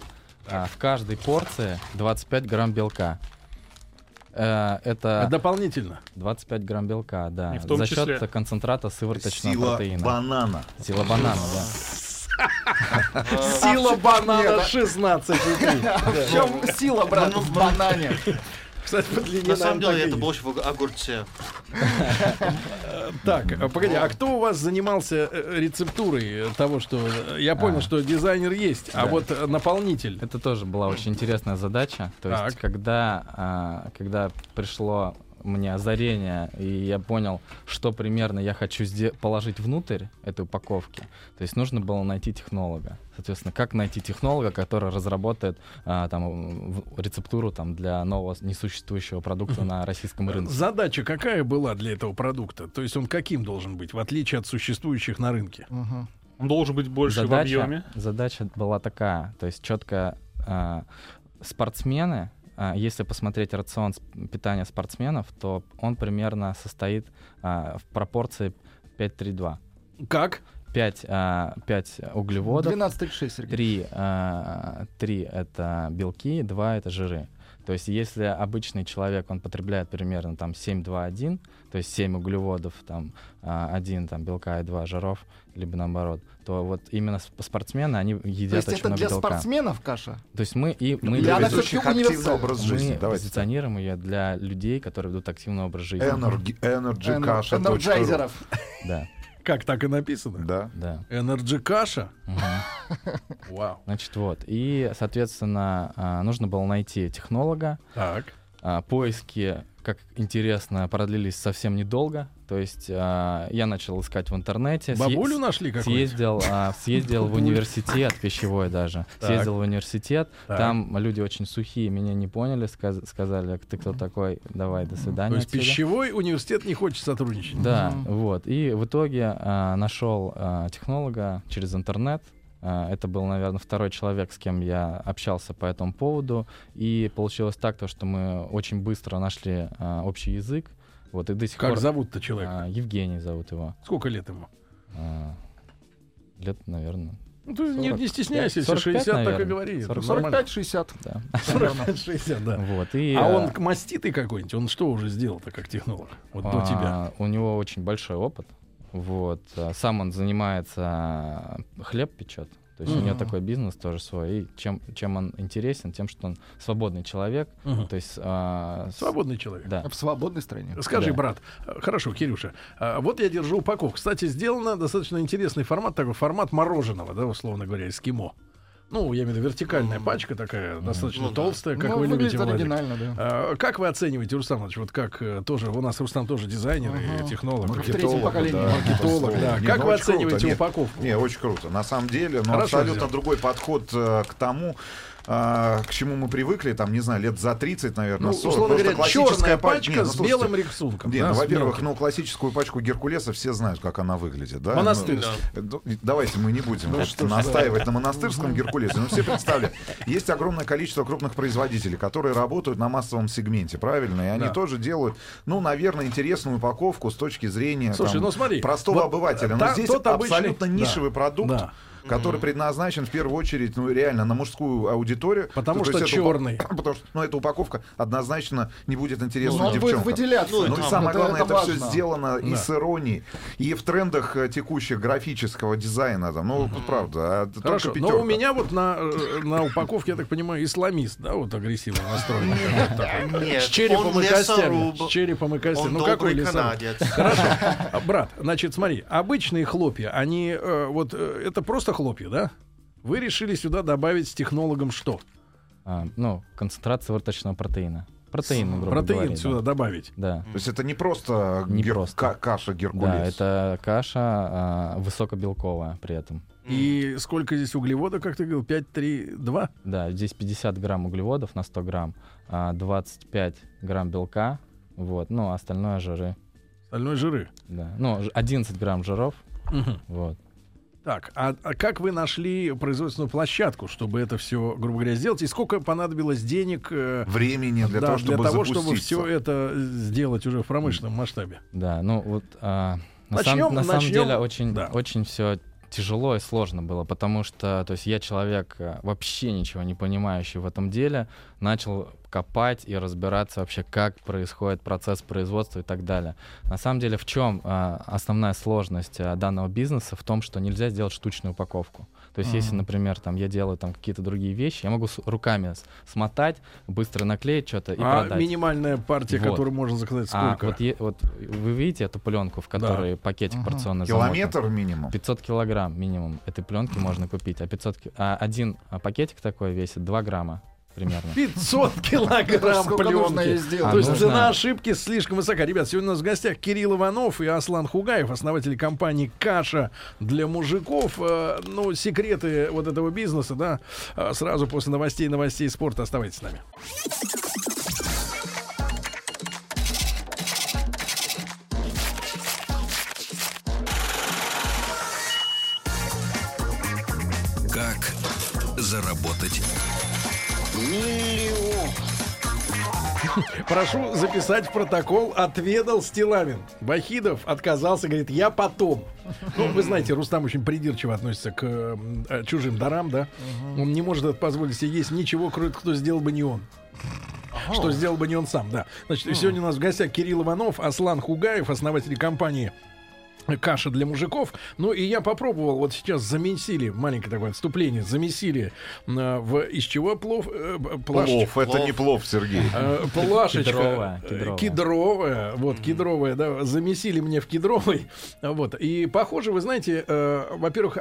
Speaker 5: А, в каждой порции 25 грамм белка. Э,
Speaker 2: А
Speaker 5: это
Speaker 2: дополнительно.
Speaker 5: 25 грамм белка, да.
Speaker 6: И в том
Speaker 5: За
Speaker 6: числе-
Speaker 5: счет концентрата сывороточного
Speaker 3: Сила
Speaker 5: протеина.
Speaker 3: банана.
Speaker 5: Сила банана, да.
Speaker 2: Сила банана
Speaker 4: нет,
Speaker 2: 16.
Speaker 4: В чем сила, брат, в банане?
Speaker 2: Кстати, по длине,
Speaker 7: На Ну, самом
Speaker 2: наверное,
Speaker 7: деле
Speaker 2: так и
Speaker 7: это
Speaker 2: есть.
Speaker 7: больше в огурце.
Speaker 2: Так, а погоди, а кто у вас занимался э, рецептурой э, того, что э, я понял,
Speaker 5: А.
Speaker 2: что дизайнер есть, а
Speaker 5: Да.
Speaker 2: вот э, наполнитель.
Speaker 5: Это тоже была очень интересная задача. То есть,
Speaker 2: Так.
Speaker 5: когда, а, когда пришло мне озарение, и я понял, что примерно я хочу сде- положить внутрь этой упаковки, то есть нужно было найти технолога. Соответственно, как найти технолога, который разработает а, там, в- рецептуру там, для нового несуществующего продукта
Speaker 2: (laughs)
Speaker 5: на российском рынке?
Speaker 2: Задача какая была для этого продукта? То есть он каким должен быть, в отличие от существующих на рынке?
Speaker 4: Мгм.
Speaker 6: Он должен быть больше в объеме.
Speaker 5: задача была такая, то есть четко а, спортсмены, а, если посмотреть рацион сп- питания спортсменов, то он примерно состоит а, в пропорции 5-3-2.
Speaker 2: Как?
Speaker 5: 5, а, 5 углеводов,
Speaker 4: 12.36, Сергей.
Speaker 5: 3, 3 а, это белки, 2 это жиры. То есть если обычный человек, он потребляет примерно там 7-2-1, то есть 7 углеводов, там 1 там, белка и 2 жиров, либо наоборот, то вот именно с- спортсмены, они
Speaker 4: То
Speaker 5: едят
Speaker 4: есть
Speaker 5: очень
Speaker 4: это
Speaker 5: много
Speaker 4: для
Speaker 5: белка.
Speaker 4: спортсменов каша?
Speaker 5: То есть мы и мы,
Speaker 4: для
Speaker 5: мы
Speaker 4: она всё-таки
Speaker 3: Ведущих активный
Speaker 4: универсальна.
Speaker 3: образ жизни. Давайте. так.
Speaker 5: позиционируем ее для людей, которые ведут активный образ жизни.
Speaker 3: Энерги- Energy
Speaker 4: Эн-
Speaker 3: Kasha.ru.
Speaker 4: энерджайзеров.
Speaker 5: Да,
Speaker 2: Как так и написано?
Speaker 3: Да.
Speaker 5: да.
Speaker 2: Энерджи каша?
Speaker 5: Мгм.
Speaker 2: Вау.
Speaker 5: Значит, вот. И, соответственно, а, нужно было найти технолога.
Speaker 2: Так.
Speaker 5: А, Поиски, как интересно, продлились совсем недолго. То есть а, я начал искать в интернете. Съе-
Speaker 2: Бабулю нашли какую-то?
Speaker 5: Съездил, а, съездил в университет, пищевой даже.
Speaker 2: Так.
Speaker 5: Съездил в университет.
Speaker 2: Так.
Speaker 5: Там люди очень сухие, меня не поняли, сказ- сказали, «А ты кто такой, давай, до свидания.
Speaker 2: То есть
Speaker 5: отсюда».
Speaker 2: пищевой университет не хочет сотрудничать.
Speaker 5: Да,
Speaker 4: Мгм.
Speaker 5: вот. И в итоге а, нашел а, технолога через интернет. А, это был, наверное, второй человек, с кем я общался по этому поводу. И получилось так, то, что мы очень быстро нашли а, общий язык. Вот, и до сих
Speaker 2: Как
Speaker 5: пор...
Speaker 2: зовут-то человека?
Speaker 5: а, Евгений зовут его.
Speaker 2: Сколько лет ему?
Speaker 5: А, лет, наверное,
Speaker 2: Ну, ты не,
Speaker 5: 45,
Speaker 2: не стесняйся, если
Speaker 5: 45,
Speaker 2: 60, так и
Speaker 5: наверное.
Speaker 2: говори. это
Speaker 5: 45.
Speaker 2: нормально.
Speaker 4: 45-60.
Speaker 5: да.
Speaker 4: примерно.
Speaker 2: 60, да.
Speaker 5: Вот, и,
Speaker 2: А
Speaker 5: э,
Speaker 2: он к- маститый какой-нибудь? Он что уже сделал-то как технолог? Вот до
Speaker 5: а,
Speaker 2: тебя.
Speaker 5: У него очень большой опыт. Вот. а, Сам он занимается а, хлеб печет. То есть у него
Speaker 4: Мгм.
Speaker 5: такой бизнес тоже свой. И чем, чем он интересен, тем, что он свободный человек.
Speaker 2: Мгм.
Speaker 5: То есть... а, с-
Speaker 2: Свободный человек.
Speaker 5: Да.
Speaker 4: В свободной стране.
Speaker 2: Скажи,
Speaker 5: Да.
Speaker 2: брат, э, хорошо, Кирюша, э, вот я держу упаковку. Кстати, сделано достаточно интересный формат, такой формат мороженого, да, условно говоря, эскимо. Ну, я имею в виду вертикальная пачка такая, достаточно
Speaker 7: Ну да.
Speaker 2: толстая, как
Speaker 4: Ну,
Speaker 2: вы любите,
Speaker 4: выглядит
Speaker 2: Владик.
Speaker 4: оригинально, да.
Speaker 2: А, Как вы оцениваете, Рустам Иванович, вот как э, тоже, у нас Рустам тоже дизайнер и
Speaker 4: Ага.
Speaker 2: технолог,
Speaker 4: Ну, в
Speaker 2: маркетолог,
Speaker 4: третьем поколении.
Speaker 3: да.
Speaker 2: маркетолог, да.
Speaker 3: Не,
Speaker 2: Как
Speaker 3: ну,
Speaker 2: вы
Speaker 3: очень круто.
Speaker 2: оцениваете
Speaker 3: Нет,
Speaker 2: упаковку?
Speaker 3: Не, очень круто. На самом деле, ну,
Speaker 2: Хорошо
Speaker 3: абсолютно
Speaker 2: сделано.
Speaker 3: другой подход э, к тому, а, к чему мы привыкли, там, не знаю, лет за 30, наверное,
Speaker 2: Ну,
Speaker 3: 40.
Speaker 2: условно
Speaker 3: Просто
Speaker 2: говоря,
Speaker 3: классическая
Speaker 2: черная
Speaker 3: паль-
Speaker 2: пачка
Speaker 3: Не, ну,
Speaker 2: с
Speaker 3: слушайте,
Speaker 2: белым рисунком.
Speaker 3: не,
Speaker 2: да,
Speaker 3: ну,
Speaker 2: с
Speaker 3: во-первых,
Speaker 2: мелким.
Speaker 3: ну, классическую пачку Геркулеса все знают, как она выглядит, да?
Speaker 2: Монастырь.
Speaker 3: Ну, э, ну, и Давайте мы не будем
Speaker 2: Ну,
Speaker 3: вот настаивать на монастырском Геркулесе. Но все представляют. Есть огромное количество крупных производителей, которые работают на массовом сегменте, правильно? И они
Speaker 2: Да.
Speaker 3: тоже делают, ну, наверное, интересную упаковку с точки зрения
Speaker 2: Слушай,
Speaker 3: там,
Speaker 2: ну, смотри,
Speaker 3: простого
Speaker 2: вот,
Speaker 3: обывателя. Но
Speaker 2: та-
Speaker 3: здесь
Speaker 2: тот обычный-
Speaker 3: абсолютно
Speaker 2: да.
Speaker 3: нишевый продукт.
Speaker 2: Да.
Speaker 3: Который предназначен в первую очередь, ну, реально, на мужскую аудиторию.
Speaker 2: Потому
Speaker 3: То
Speaker 2: что
Speaker 3: есть это упа-
Speaker 2: черный.
Speaker 3: (coughs) Потому что, ну, эта упаковка однозначно не будет
Speaker 4: Ну,
Speaker 3: интересна
Speaker 4: он будет
Speaker 3: девчонкам.
Speaker 4: выделяться.
Speaker 7: Ну,
Speaker 3: Ну и
Speaker 7: там,
Speaker 3: самое главное, это, все
Speaker 4: важно.
Speaker 3: сделано и
Speaker 2: Да.
Speaker 3: с иронией, и в трендах э, текущих графического дизайна. Там. Ну, правда, а только
Speaker 2: Хорошо, но
Speaker 3: пятерка.
Speaker 2: у меня вот на, э, на упаковке, я так понимаю, исламист, да, вот агрессивно настроенный. Вот такой.
Speaker 7: Нет,
Speaker 2: С черепом
Speaker 7: он
Speaker 2: и костями.
Speaker 7: лесоруб.
Speaker 2: С черепом и костями.
Speaker 7: Он
Speaker 2: Ну какой
Speaker 7: добрый
Speaker 2: лесоруб?
Speaker 7: канадец.
Speaker 2: Хорошо. А, Брат, значит, смотри, обычные хлопья, они э, вот э, это просто хлопья, да? Вы решили сюда добавить с технологом что?
Speaker 5: А, ну, концентрация вырточного протеина. Протеин, грубо
Speaker 2: Протеин
Speaker 5: говоря, да.
Speaker 2: сюда добавить.
Speaker 5: Да.
Speaker 3: То есть это не просто,
Speaker 5: Не
Speaker 3: гер-
Speaker 5: просто.
Speaker 3: ка- каша Геркулес.
Speaker 5: Да, это каша а, высокобелковая при этом.
Speaker 2: И сколько здесь углевода, как ты говорил, 5, 3, 2?
Speaker 5: Да, здесь 50 грамм углеводов на 100 грамм, а, 25 грамм белка, вот, ну, остальное жиры.
Speaker 2: Остальное жиры.
Speaker 5: Да. Ну, ж- 11 грамм жиров, вот.
Speaker 2: Так, а, а как вы нашли производственную площадку, чтобы это все, грубо говоря, сделать? И сколько понадобилось денег э,
Speaker 3: Времени для
Speaker 2: да,
Speaker 3: того, чтобы
Speaker 2: для того,
Speaker 3: запуститься.
Speaker 2: чтобы все это э, сделать уже в промышленном масштабе?
Speaker 5: Да, ну вот а, на,
Speaker 2: Начнем-
Speaker 5: самом, на самом
Speaker 2: начнем,
Speaker 5: деле очень,
Speaker 2: да.
Speaker 5: очень все тяжело и сложно было, потому что, то есть я человек э, вообще ничего не понимающий в этом деле, начал копать и разбираться вообще, как происходит процесс производства и так далее. На самом деле, в чем основная сложность э, данного бизнеса? В том, что нельзя сделать штучную упаковку. То есть, если,
Speaker 2: Мгм.
Speaker 5: например, там я делаю там какие-то другие вещи, я могу с- руками с- смотать, быстро наклеить что-то и
Speaker 2: а
Speaker 5: продать.
Speaker 2: минимальная партия,
Speaker 5: Вот.
Speaker 2: которую можно заказать,
Speaker 5: А,
Speaker 2: сколько?
Speaker 5: вот, е- вот вы видите эту пленку, в которой пакетик
Speaker 4: Мгм.
Speaker 5: порционный замотан?
Speaker 3: Километр минимум.
Speaker 5: 500 килограмм минимум этой пленки можно купить, а 500 ки- а один а, пакетик такой весит 2 грамма примерно. (laughs)
Speaker 2: 500 килограмм
Speaker 4: Сколько нужно ей
Speaker 2: пленки. ну,
Speaker 4: сделать?
Speaker 5: А,
Speaker 2: То есть
Speaker 5: нужно-
Speaker 2: цена ошибки слишком высока. Ребят, сегодня у нас в гостях Кирилл Иванов и Аслан Хугаев, основатели компании «Каша для мужиков». Э, Ну, секреты вот этого бизнеса, да, э, сразу после новостей, новостей спорта. Оставайтесь с нами.
Speaker 1: Как заработать?
Speaker 2: Прошу записать в протокол «Отведал Стилавин». Бахидов отказался, говорит, я потом. Ну, вы знаете, Рустам очень придирчиво относится к э, м, э, чужим дарам, да? Он не может это позволить себе есть ничего, кроме кто сделал бы не он. Что сделал бы не он сам, да. Значит, и сегодня у нас в гостях Кирилл Иванов, Аслан Хугаев, основатели компании каша для мужиков. Ну и я попробовал вот сейчас замесили, маленькое такое отступление, замесили э, в из чего плов, э, б- плащ-
Speaker 3: Плов, это не плов, Сергей.
Speaker 5: (laughs)
Speaker 2: Э, Плашечка.
Speaker 5: Кедровая,
Speaker 2: э,
Speaker 5: кедровая.
Speaker 2: кедровая, Вот, кедровая, да. Замесили мне в кедровой. Вот. И похоже, вы знаете, э, во-первых,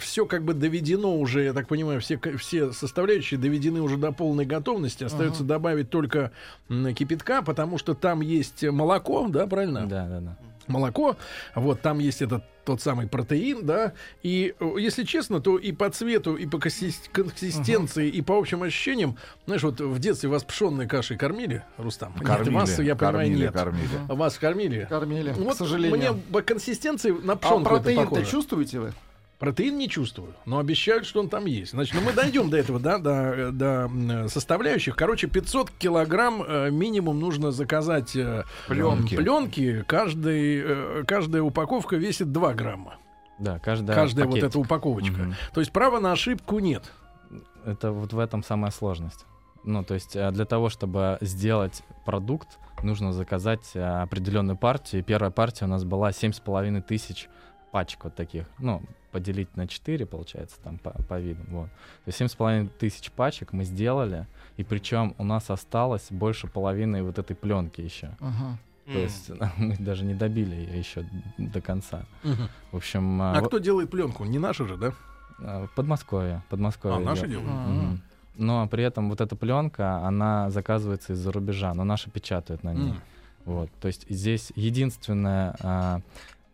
Speaker 2: все как бы доведено уже, я так понимаю, все, к- все составляющие доведены уже до полной готовности. Остается добавить только м, кипятка, потому что там есть молоко, да, правильно?
Speaker 5: Да, да, да.
Speaker 2: молоко, вот там есть этот тот самый протеин, да, и э, если честно, то и по цвету, и по консис- консистенции, и по общим ощущениям, знаешь, вот в детстве вас пшенной кашей кормили, Рустам? Нет,
Speaker 3: Кормили,
Speaker 2: вас, я понимаю,
Speaker 3: кормили,
Speaker 2: нет.
Speaker 3: кормили.
Speaker 2: Вас кормили?
Speaker 4: Кормили,
Speaker 2: Вот
Speaker 4: к сожалению.
Speaker 2: мне по консистенции на
Speaker 4: А
Speaker 2: пшенку это
Speaker 4: протеин-то
Speaker 2: похоже.
Speaker 4: чувствуете вы?
Speaker 2: Протеин не чувствую, но обещают, что он там есть. Значит, ну мы дойдем до этого, да, до, до м, составляющих. Короче, 500 килограмм э, минимум нужно заказать э,
Speaker 3: Пленки.
Speaker 2: м, пленки. Каждый, э, каждая упаковка весит 2 грамма.
Speaker 5: Да, каждая,
Speaker 2: каждая
Speaker 5: пакетик.
Speaker 2: вот эта упаковочка.
Speaker 5: Мгм.
Speaker 2: То есть права на ошибку нет.
Speaker 5: Это вот в этом самая сложность. Ну, то есть э, для того, чтобы сделать продукт, нужно заказать э, определенную партию. И первая партия у нас была 7,5 тысяч пачек вот таких. Ну, поделить на 4, получается, там по, по виду. Вот. То есть 7,5 тысяч пачек мы сделали. И причем у нас осталось больше половины вот этой пленки еще. То
Speaker 7: М.
Speaker 5: есть (laughs) мы даже не добили ее еще до конца. В общем, э,
Speaker 2: А
Speaker 5: вот-
Speaker 2: кто делает пленку? Не наши же, да?
Speaker 5: э, Подмосковье. Подмосковье
Speaker 2: А наши
Speaker 5: идет.
Speaker 2: делают.
Speaker 4: Мгм.
Speaker 5: Мгм. Но при этом вот эта пленка, она заказывается из-за рубежа, но наши печатают на ней.
Speaker 2: М.
Speaker 5: Вот. То есть здесь единственное, а,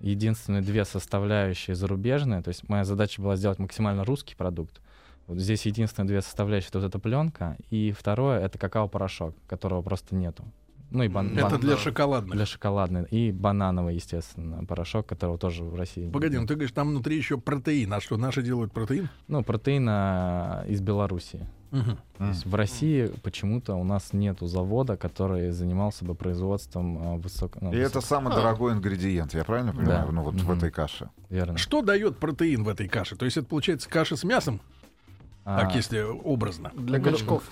Speaker 5: единственные две составляющие зарубежные. То есть моя задача была сделать максимально русский продукт. Вот здесь единственные две составляющие это вот эта пленка, и второе это какао-порошок, которого просто нету. Ну и бан-
Speaker 7: М,
Speaker 2: Это
Speaker 5: бан-
Speaker 2: для шоколадных.
Speaker 5: для шоколадной и банановый, естественно, порошок, которого тоже в России. нет.
Speaker 2: Погоди, ну ты говоришь, там внутри еще протеин. А что, наши делают протеин?
Speaker 5: Ну, протеина из Белоруссии.
Speaker 2: Мгм.
Speaker 5: То есть в России почему-то у нас нету завода, который занимался бы производством а, ну, высокого.
Speaker 3: И это самый дорогой ингредиент, я правильно понимаю?
Speaker 5: Да.
Speaker 3: Ну вот в
Speaker 5: Мгм.
Speaker 3: этой каше.
Speaker 5: верно.
Speaker 2: Что дает протеин в этой каше? То есть это получается каша с мясом,
Speaker 5: А,
Speaker 2: так если образно.
Speaker 5: Ну,
Speaker 4: Для качков.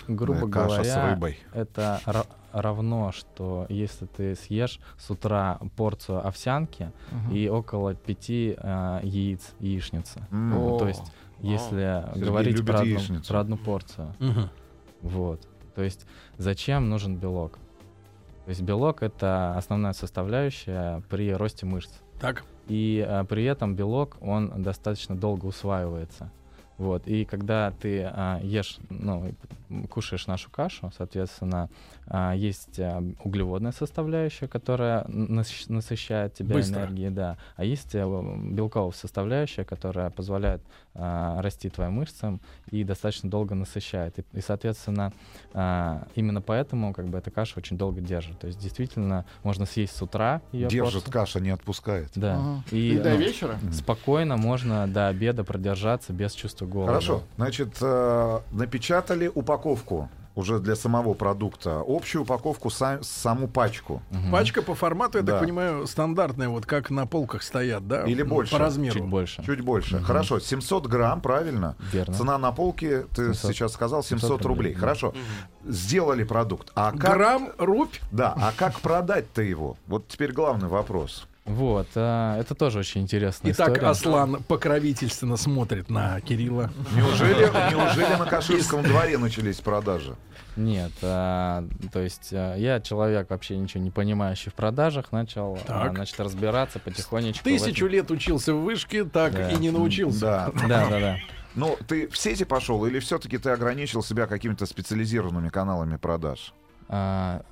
Speaker 3: Да,
Speaker 5: грубо
Speaker 3: каша
Speaker 5: говоря,
Speaker 3: с рыбой.
Speaker 5: это ра- равно, что если ты съешь с утра порцию овсянки
Speaker 4: Мгм.
Speaker 5: ну, и около пяти а, яиц, яичницы. Ну,
Speaker 3: М.
Speaker 4: О,
Speaker 5: То есть, если
Speaker 3: Сергей
Speaker 5: говорить
Speaker 3: любит
Speaker 5: про одну,
Speaker 3: яичницу.
Speaker 5: про одну порцию,
Speaker 2: Мгм.
Speaker 5: вот. То есть, зачем нужен белок? То есть белок это основная составляющая при росте мышц.
Speaker 2: Так.
Speaker 5: и а, при этом белок он достаточно долго усваивается. Вот. И когда ты а, ешь, ну, и п- м, кушаешь нашу кашу, соответственно, а, есть а, углеводная составляющая, которая н- насыщ- насыщает тебя
Speaker 2: Быстро.
Speaker 5: энергией, да. А есть а, в- белковая составляющая, которая позволяет а, расти твоим мышцам и достаточно долго насыщает. И, и, соответственно, а, именно поэтому как бы эта каша очень долго держит. То есть действительно можно съесть с утра ее
Speaker 3: Держит каша, не отпускает.
Speaker 5: да.
Speaker 4: Ага.
Speaker 5: И,
Speaker 4: И до
Speaker 5: ну,
Speaker 4: вечера?
Speaker 5: спокойно можно до обеда продержаться без чувства голода.
Speaker 3: Хорошо. Значит, э, напечатали упаковку уже для самого продукта, общую упаковку, са- саму пачку.
Speaker 5: Мгм.
Speaker 2: Пачка по формату, я
Speaker 3: Да.
Speaker 2: так понимаю, стандартная, вот как на полках стоят, да?
Speaker 3: Или
Speaker 2: Ну,
Speaker 3: больше.
Speaker 2: По размеру.
Speaker 5: Чуть больше.
Speaker 3: Чуть больше.
Speaker 5: Мгм.
Speaker 3: Хорошо, 700 грамм, правильно?
Speaker 5: Верно.
Speaker 3: Цена на полке, ты
Speaker 5: 700.
Speaker 3: сейчас сказал, 700,
Speaker 5: 700
Speaker 3: рублей.
Speaker 5: рублей.
Speaker 3: Хорошо. Сделали продукт. А как,
Speaker 2: Грамм, рубь.
Speaker 3: да, а как продать-то его? Вот теперь главный вопрос.
Speaker 5: Вот, а, это тоже очень интересная
Speaker 2: Итак,
Speaker 5: история.
Speaker 2: Аслан покровительственно смотрит на Кирилла.
Speaker 3: Неужели, неужели на Каширском дворе начались продажи?
Speaker 5: Нет, а, то есть а, я человек вообще ничего не понимающий в продажах, начал, а,
Speaker 2: Так.
Speaker 5: значит, разбираться потихонечку. в
Speaker 2: Тысячу
Speaker 5: этом.
Speaker 2: лет учился в вышке, так
Speaker 5: Да.
Speaker 2: и не научился.
Speaker 3: Да.
Speaker 5: Да, да, да.
Speaker 3: Ну, ты в сети пошел или все-таки ты ограничил себя какими-то специализированными каналами продаж?
Speaker 5: А,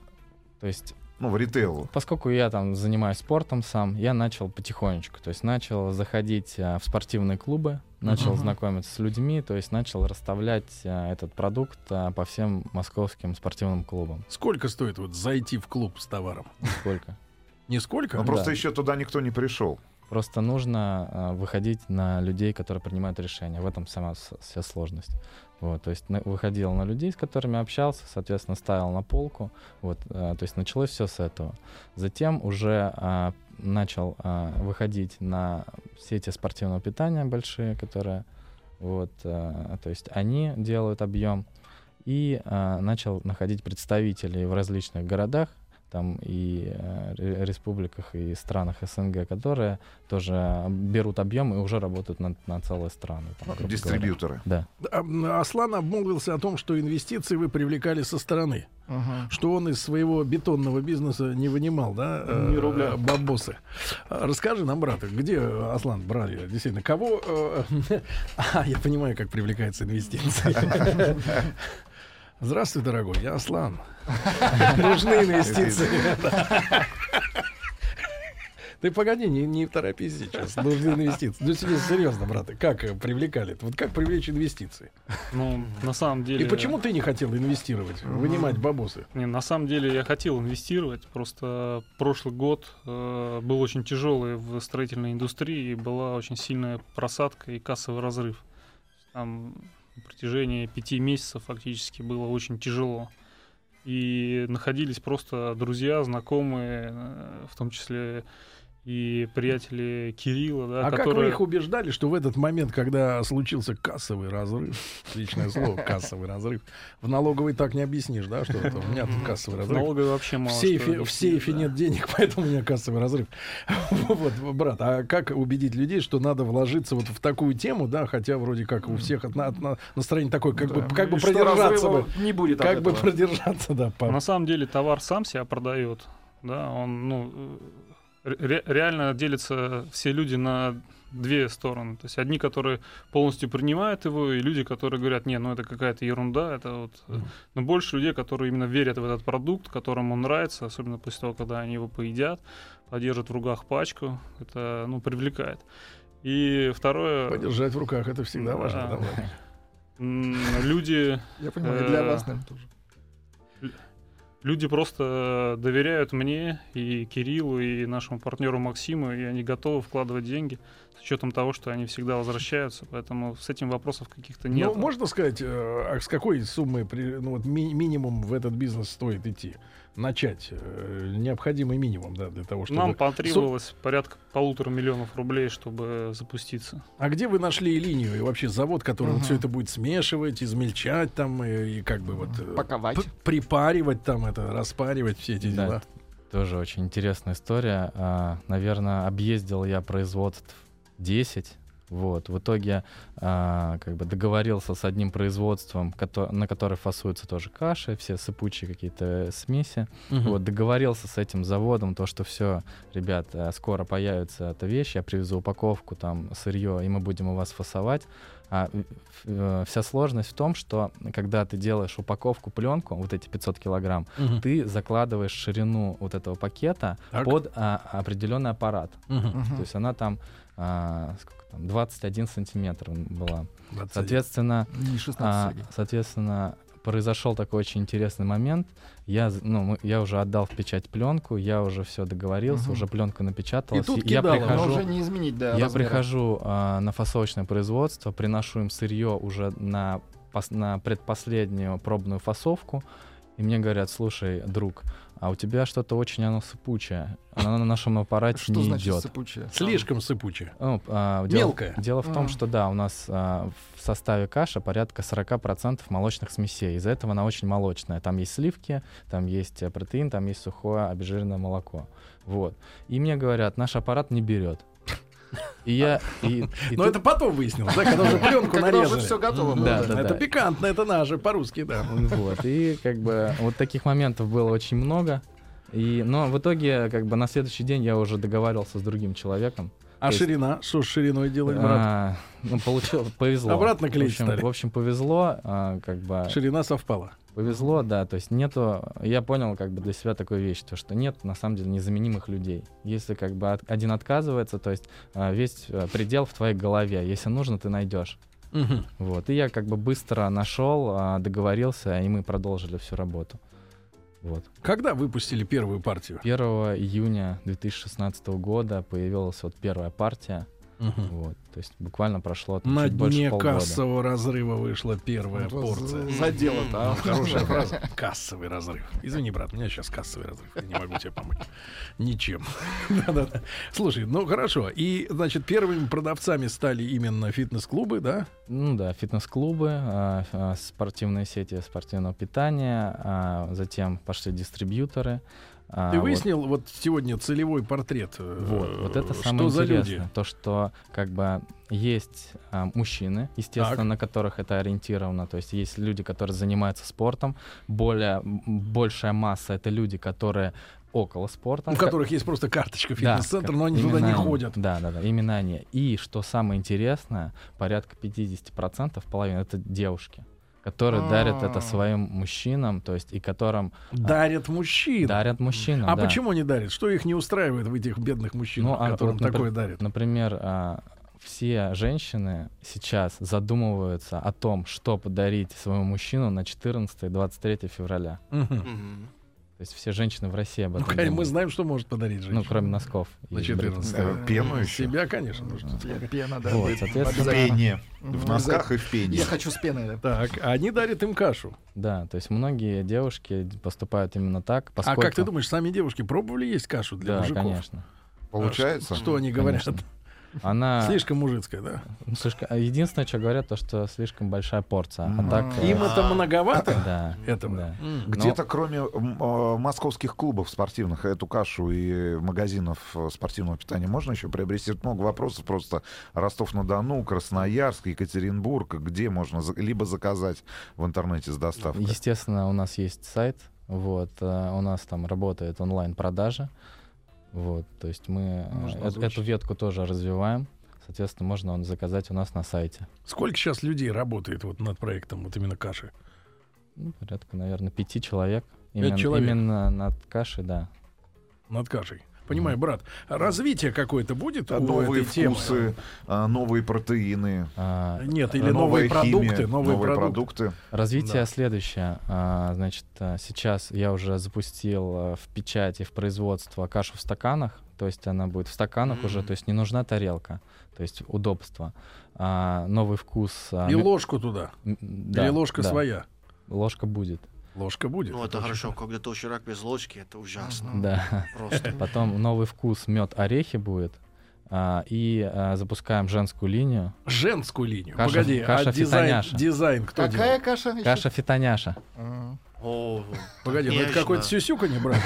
Speaker 5: то есть,
Speaker 3: Ну, в ритейлу.
Speaker 5: поскольку я там занимаюсь спортом сам, я начал потихонечку, то есть начал заходить а, в спортивные клубы, начал знакомиться с людьми, то есть начал расставлять а, этот продукт а, по всем московским спортивным клубам.
Speaker 2: Сколько стоит вот зайти в клуб с товаром?
Speaker 5: Сколько?
Speaker 2: Нисколько?
Speaker 3: Но
Speaker 5: Да.
Speaker 3: просто еще туда никто не пришел.
Speaker 5: Просто нужно а, выходить на людей, которые принимают решения. В этом сама с- вся сложность. Вот, то есть на- выходил на людей, с которыми общался, соответственно, ставил на полку. Вот, а, то есть началось все с этого. Затем уже а, начал а, выходить на сети спортивного питания большие, которые, вот, а, то есть они делают объем. И а, начал находить представителей в различных городах, там и а, ре- республиках, и странах СНГ, которые тоже берут объем и уже работают на, на целые страны. там,
Speaker 2: Ну,
Speaker 3: А
Speaker 5: грубо говоря.
Speaker 3: Дистрибьюторы.
Speaker 5: Да.
Speaker 2: А, Аслан обмолвился о том, что инвестиции вы привлекали со стороны,
Speaker 4: Ага.
Speaker 2: что он из своего бетонного бизнеса не вынимал, да, э,
Speaker 6: Ни рубля.
Speaker 2: бабосы. А, Расскажи нам, брат, где э, Аслан брали, действительно, кого... э, (laughs) А, я понимаю, как привлекаются инвестиции.
Speaker 6: (laughs)
Speaker 2: Здравствуй, дорогой, я Аслан. Нужны инвестиции. Ты погоди, не, не торопись сейчас. Нужны инвестиции. Ну, себе серьезно, браты, как э, привлекали? Вот как привлечь инвестиции?
Speaker 6: Ну, на самом деле...
Speaker 2: И почему ты не хотел инвестировать, вынимать бабосы?
Speaker 6: Не, на самом деле я хотел инвестировать, просто прошлый год э, был очень тяжелый в строительной индустрии, и была очень сильная просадка и кассовый разрыв. Там на протяжении пяти месяцев фактически было очень тяжело. И находились просто друзья, знакомые, э, в том числе и приятели Кирилла, да,
Speaker 2: а как вы
Speaker 6: которые...
Speaker 2: их убеждали, что в этот момент, когда случился кассовый разрыв, отличное слово, кассовый разрыв, в налоговой так не объяснишь, да, что это у меня тут кассовый
Speaker 6: в
Speaker 2: разрыв.
Speaker 6: налоговой вообще
Speaker 2: В
Speaker 6: мало что
Speaker 2: сейфе,
Speaker 6: объяснили,
Speaker 2: в сейфе
Speaker 6: да.
Speaker 2: нет денег, (laughs) поэтому у меня кассовый разрыв. (laughs) Вот, брат, а как убедить людей, что надо вложиться вот в такую тему, да, хотя вроде как у всех отна- отна- настроение такое, как бы,
Speaker 4: Да.
Speaker 2: как бы
Speaker 4: Что
Speaker 2: продержаться
Speaker 4: разрыва
Speaker 2: бы,
Speaker 4: Не будет от
Speaker 2: как бы
Speaker 4: этого.
Speaker 2: продержаться, да, по-
Speaker 6: На самом деле товар сам себя продает, да, он, ну, э, ре- реально делятся все люди на две стороны. То есть одни, которые полностью принимают его, и люди, которые говорят, не, ну это какая-то ерунда, это вот... э». Но больше людей, которые именно верят в этот продукт, которым он нравится, особенно после того, когда они его поедят, подержат в руках пачку, это, ну, привлекает. И второе...
Speaker 2: подержать в руках, это всегда важно.
Speaker 6: Да.
Speaker 2: да, Владимир?
Speaker 6: м, люди,
Speaker 4: Я понимаю, и для
Speaker 6: Э,
Speaker 4: вас, наверное, тоже.
Speaker 6: люди просто э, доверяют мне и Кириллу, и нашему партнеру Максиму, и они готовы вкладывать деньги с учетом того, что они всегда возвращаются. Поэтому с этим вопросов каких-то нет.
Speaker 2: Ну, можно сказать, э, а с какой суммы при- ну, вот, ми- минимум в этот бизнес стоит идти? Начать. э, необходимый минимум, да, для того, чтобы...
Speaker 6: Нам потребовалось порядка полутора миллионов рублей, чтобы запуститься.
Speaker 2: А где вы нашли линию и вообще завод, который
Speaker 4: Мгм.
Speaker 2: все это будет смешивать, измельчать там и, и как бы вот... э,
Speaker 4: Паковать.
Speaker 2: п- припаривать там это, распаривать все эти
Speaker 5: Да,
Speaker 2: дела?
Speaker 5: Тоже очень интересная история. А, Наверное, объездил я производств 10. Вот. В итоге а, как бы договорился с одним производством, кото- на которое фасуются тоже каши, все сыпучие какие-то э, смеси. Вот, договорился с этим заводом, то, что все, ребят, э, скоро появится эта вещь, я привезу упаковку, там, сырье, и мы будем у вас фасовать. А э, ф- э, вся сложность в том, что когда ты делаешь упаковку, пленку, вот эти 500 килограмм,
Speaker 2: Мгм.
Speaker 5: ты закладываешь ширину вот этого пакета
Speaker 2: Так.
Speaker 5: под а, определенный аппарат.
Speaker 2: Мгм.
Speaker 4: Мгм.
Speaker 5: То есть она там, а, сколько там, 21 сантиметр была.
Speaker 2: Двадцать один.
Speaker 5: Соответственно,
Speaker 4: Не 16
Speaker 5: а,
Speaker 4: шагов.
Speaker 5: соответственно, произошел такой очень интересный момент. Я, з- ну, мы- я уже отдал в печать пленку, я уже все договорился,
Speaker 4: Мгм.
Speaker 5: уже пленка напечаталась.
Speaker 2: И тут
Speaker 5: я
Speaker 2: кидалово,
Speaker 5: прихожу,
Speaker 4: Но уже не изменить, да,
Speaker 5: я
Speaker 4: размера.
Speaker 5: прихожу а, на фасовочное производство, приношу им сырье уже на, пос- на предпоследнюю пробную фасовку, и мне говорят, слушай, друг, а у тебя что-то очень оно сыпучее, оно на
Speaker 4: (laughs)
Speaker 5: нашем аппарате
Speaker 4: Что
Speaker 5: не
Speaker 4: значит
Speaker 5: идет.
Speaker 4: сыпучая?
Speaker 2: Слишком сыпуче.
Speaker 5: Ну, а,
Speaker 2: Мелкое.
Speaker 5: Дело в том,
Speaker 4: Ага.
Speaker 5: что да, у нас а, в составе каши порядка 40% молочных смесей. Из-за этого она очень молочная. Там есть сливки, там есть э, протеин, там есть сухое обезжиренное молоко. Вот. И мне говорят, наш аппарат не берет. И я... и-
Speaker 2: (laughs)
Speaker 5: и
Speaker 2: Но
Speaker 5: тут-
Speaker 2: это потом выяснилось, да, когда уже пленку
Speaker 4: Когда уже все
Speaker 2: нарезали.
Speaker 4: готово было,
Speaker 5: Да,
Speaker 4: да.
Speaker 5: да.
Speaker 2: Это пикантно, это наше, по-русски, да.
Speaker 5: (laughs) Вот, и как бы вот таких моментов было очень много. И, но в итоге, как бы на следующий день я уже договаривался с другим человеком.
Speaker 2: А
Speaker 5: То есть-
Speaker 2: ширина? Что с шириной делать, брат?
Speaker 5: А, ну, получил, повезло.
Speaker 2: Обратно клеить
Speaker 5: в общем,
Speaker 2: стали.
Speaker 5: в общем, повезло, а, как бы
Speaker 2: Ширина совпала.
Speaker 5: повезло, да. То есть нету. Я понял, как бы для себя такую вещь, то что нет на самом деле незаменимых людей. Если как бы от- один отказывается, то есть а, весь а, предел в твоей голове. Если нужно, ты найдешь. Вот. И я как бы быстро нашел, а, договорился, и мы продолжили всю работу. Вот.
Speaker 2: Когда выпустили первую партию?
Speaker 5: 1 июня 2016 года появилась вот первая партия. Вот. То есть буквально прошло там
Speaker 2: На
Speaker 5: чуть больше
Speaker 2: дне
Speaker 5: полгода.
Speaker 2: кассового разрыва вышла первая
Speaker 4: Вот
Speaker 2: порция.
Speaker 4: за- Задело-то, а.
Speaker 2: Хорошая фраза. (laughs) Кассовый разрыв. Извини, брат, у меня сейчас кассовый разрыв. Я не могу тебе помочь. Ничем. (laughs) Да-да-да. Слушай, ну хорошо. И, значит, первыми продавцами стали именно фитнес-клубы, да?
Speaker 5: Ну да, фитнес-клубы, а, а, спортивные сети спортивного питания, а, затем пошли дистрибьюторы. А,
Speaker 2: Ты
Speaker 5: вот.
Speaker 2: выяснил вот сегодня целевой портрет? э,
Speaker 5: Вот, вот это
Speaker 2: что
Speaker 5: самое
Speaker 2: за
Speaker 5: интересное.
Speaker 2: люди?
Speaker 5: То, что как бы есть а, мужчины, естественно,
Speaker 2: Так.
Speaker 5: на которых это ориентировано. То есть есть люди, которые занимаются спортом. Более, м, большая масса — это люди, которые около спорта.
Speaker 2: У
Speaker 5: ко-
Speaker 2: которых есть просто карточка
Speaker 5: Да,
Speaker 2: фитнес-центр,
Speaker 5: как-
Speaker 2: но они
Speaker 5: именно
Speaker 2: туда не
Speaker 5: они.
Speaker 2: ходят.
Speaker 5: Да, да, да, именно они. И что самое интересное, порядка 50%, половина — это девушки которые дарят это
Speaker 4: А.
Speaker 5: своим мужчинам, то есть и которым
Speaker 2: Дарят мужчин.
Speaker 5: дарят мужчинам.
Speaker 2: А
Speaker 5: да.
Speaker 2: почему не дарят? Что их не устраивает в этих бедных мужчинах,
Speaker 5: Ну, а
Speaker 2: которым
Speaker 5: вот, напр-
Speaker 2: такое дарят?
Speaker 5: Например, а, все женщины сейчас задумываются о том, что подарить своему мужчину на 14-23 февраля.
Speaker 2: Мгм.
Speaker 7: Мгм.
Speaker 5: То есть все женщины в России об
Speaker 2: Ну,
Speaker 5: этом
Speaker 2: конечно, мы
Speaker 5: думают.
Speaker 2: знаем, что может подарить
Speaker 5: Ну,
Speaker 2: женщина.
Speaker 5: кроме носков. и
Speaker 2: На 14
Speaker 5: брюк.
Speaker 3: Э, Пену еще.
Speaker 2: Себя, конечно, нужно.
Speaker 4: Пе- Пена, да.
Speaker 5: Вот,
Speaker 4: будет.
Speaker 5: соответственно,
Speaker 3: В
Speaker 4: Обязательно.
Speaker 3: пене.
Speaker 2: Ну,
Speaker 4: Мгм.
Speaker 3: В носках и в пене.
Speaker 4: Я хочу с пеной. да.
Speaker 2: Так, а они дарят им кашу. А
Speaker 5: Да, то есть многие девушки поступают именно так, поскольку...
Speaker 2: А как ты думаешь, сами девушки пробовали есть кашу для
Speaker 5: да,
Speaker 2: мужиков?
Speaker 5: конечно.
Speaker 3: Получается?
Speaker 2: Что они говорят?
Speaker 5: Конечно.
Speaker 2: (laughs)
Speaker 5: А. Она...
Speaker 2: Слишком мужицкая, да.
Speaker 5: слишком- а, Единственное, что говорят, то, что слишком большая порция. А
Speaker 3: М.
Speaker 5: так... э,
Speaker 2: Им это
Speaker 5: (laughs)
Speaker 2: многовато (laughs)
Speaker 5: Да.
Speaker 2: этого.
Speaker 5: да.
Speaker 2: М.
Speaker 3: Где-то кроме м, э, московских клубов спортивных эту кашу и магазинов э, спортивного питания можно еще приобрести? Тут Много вопросов просто Ростов-на-Дону, Красноярск, Екатеринбург, где можно за- либо заказать в интернете с доставкой.
Speaker 5: Естественно, у нас есть сайт, вот, э, у нас там работает онлайн-продажа, вот, то есть мы э,
Speaker 4: Можно
Speaker 5: эт-
Speaker 4: озвучить.
Speaker 5: эту ветку тоже развиваем, соответственно, можно он заказать у нас на сайте.
Speaker 2: Сколько сейчас людей работает вот над проектом вот именно каши?
Speaker 5: Ну, порядка, наверное, пяти человек.
Speaker 2: Пять
Speaker 5: Именно,
Speaker 2: человек.
Speaker 5: именно над кашей, да.
Speaker 2: Над кашей. понимаю, брат, развитие какое-то будет
Speaker 3: А
Speaker 2: у
Speaker 3: Новые
Speaker 2: этой темы?
Speaker 3: вкусы, а, новые протеины,
Speaker 5: А,
Speaker 2: Нет, или
Speaker 3: а,
Speaker 2: новые
Speaker 3: новая химия,
Speaker 2: продукты, новые, продукты.
Speaker 3: продукты.
Speaker 5: Развитие
Speaker 2: Да.
Speaker 5: следующее. А, Значит, а, сейчас я уже запустил а, в печать и в производство кашу в стаканах. То есть она будет в стаканах уже,
Speaker 7: М.
Speaker 5: то есть не нужна тарелка. То есть удобство. А, Новый вкус. а,
Speaker 2: И
Speaker 5: мё-
Speaker 2: ложку туда.
Speaker 5: м, да,
Speaker 2: или ложка
Speaker 5: да,
Speaker 2: своя.
Speaker 5: Ложка будет.
Speaker 2: Ложка будет.
Speaker 7: Ну, это
Speaker 2: очень
Speaker 7: хорошо, когда толще рак без ложки, это
Speaker 2: А.
Speaker 7: ужасно.
Speaker 5: Да. (laughs)
Speaker 7: Просто.
Speaker 5: Потом новый вкус мед орехи будет. А, И а, запускаем женскую линию.
Speaker 2: Женскую линию.
Speaker 5: Каша-
Speaker 2: Погоди,
Speaker 5: каша
Speaker 2: а дизайн,
Speaker 5: фитоняша.
Speaker 2: дизайн кто
Speaker 4: Какая
Speaker 2: делает?
Speaker 4: каша? ещё?
Speaker 5: Каша фитоняша.
Speaker 4: Ага. (laughs)
Speaker 7: О,
Speaker 2: Погоди, ну это
Speaker 7: нежно.
Speaker 2: какой-то сюсюка не брат.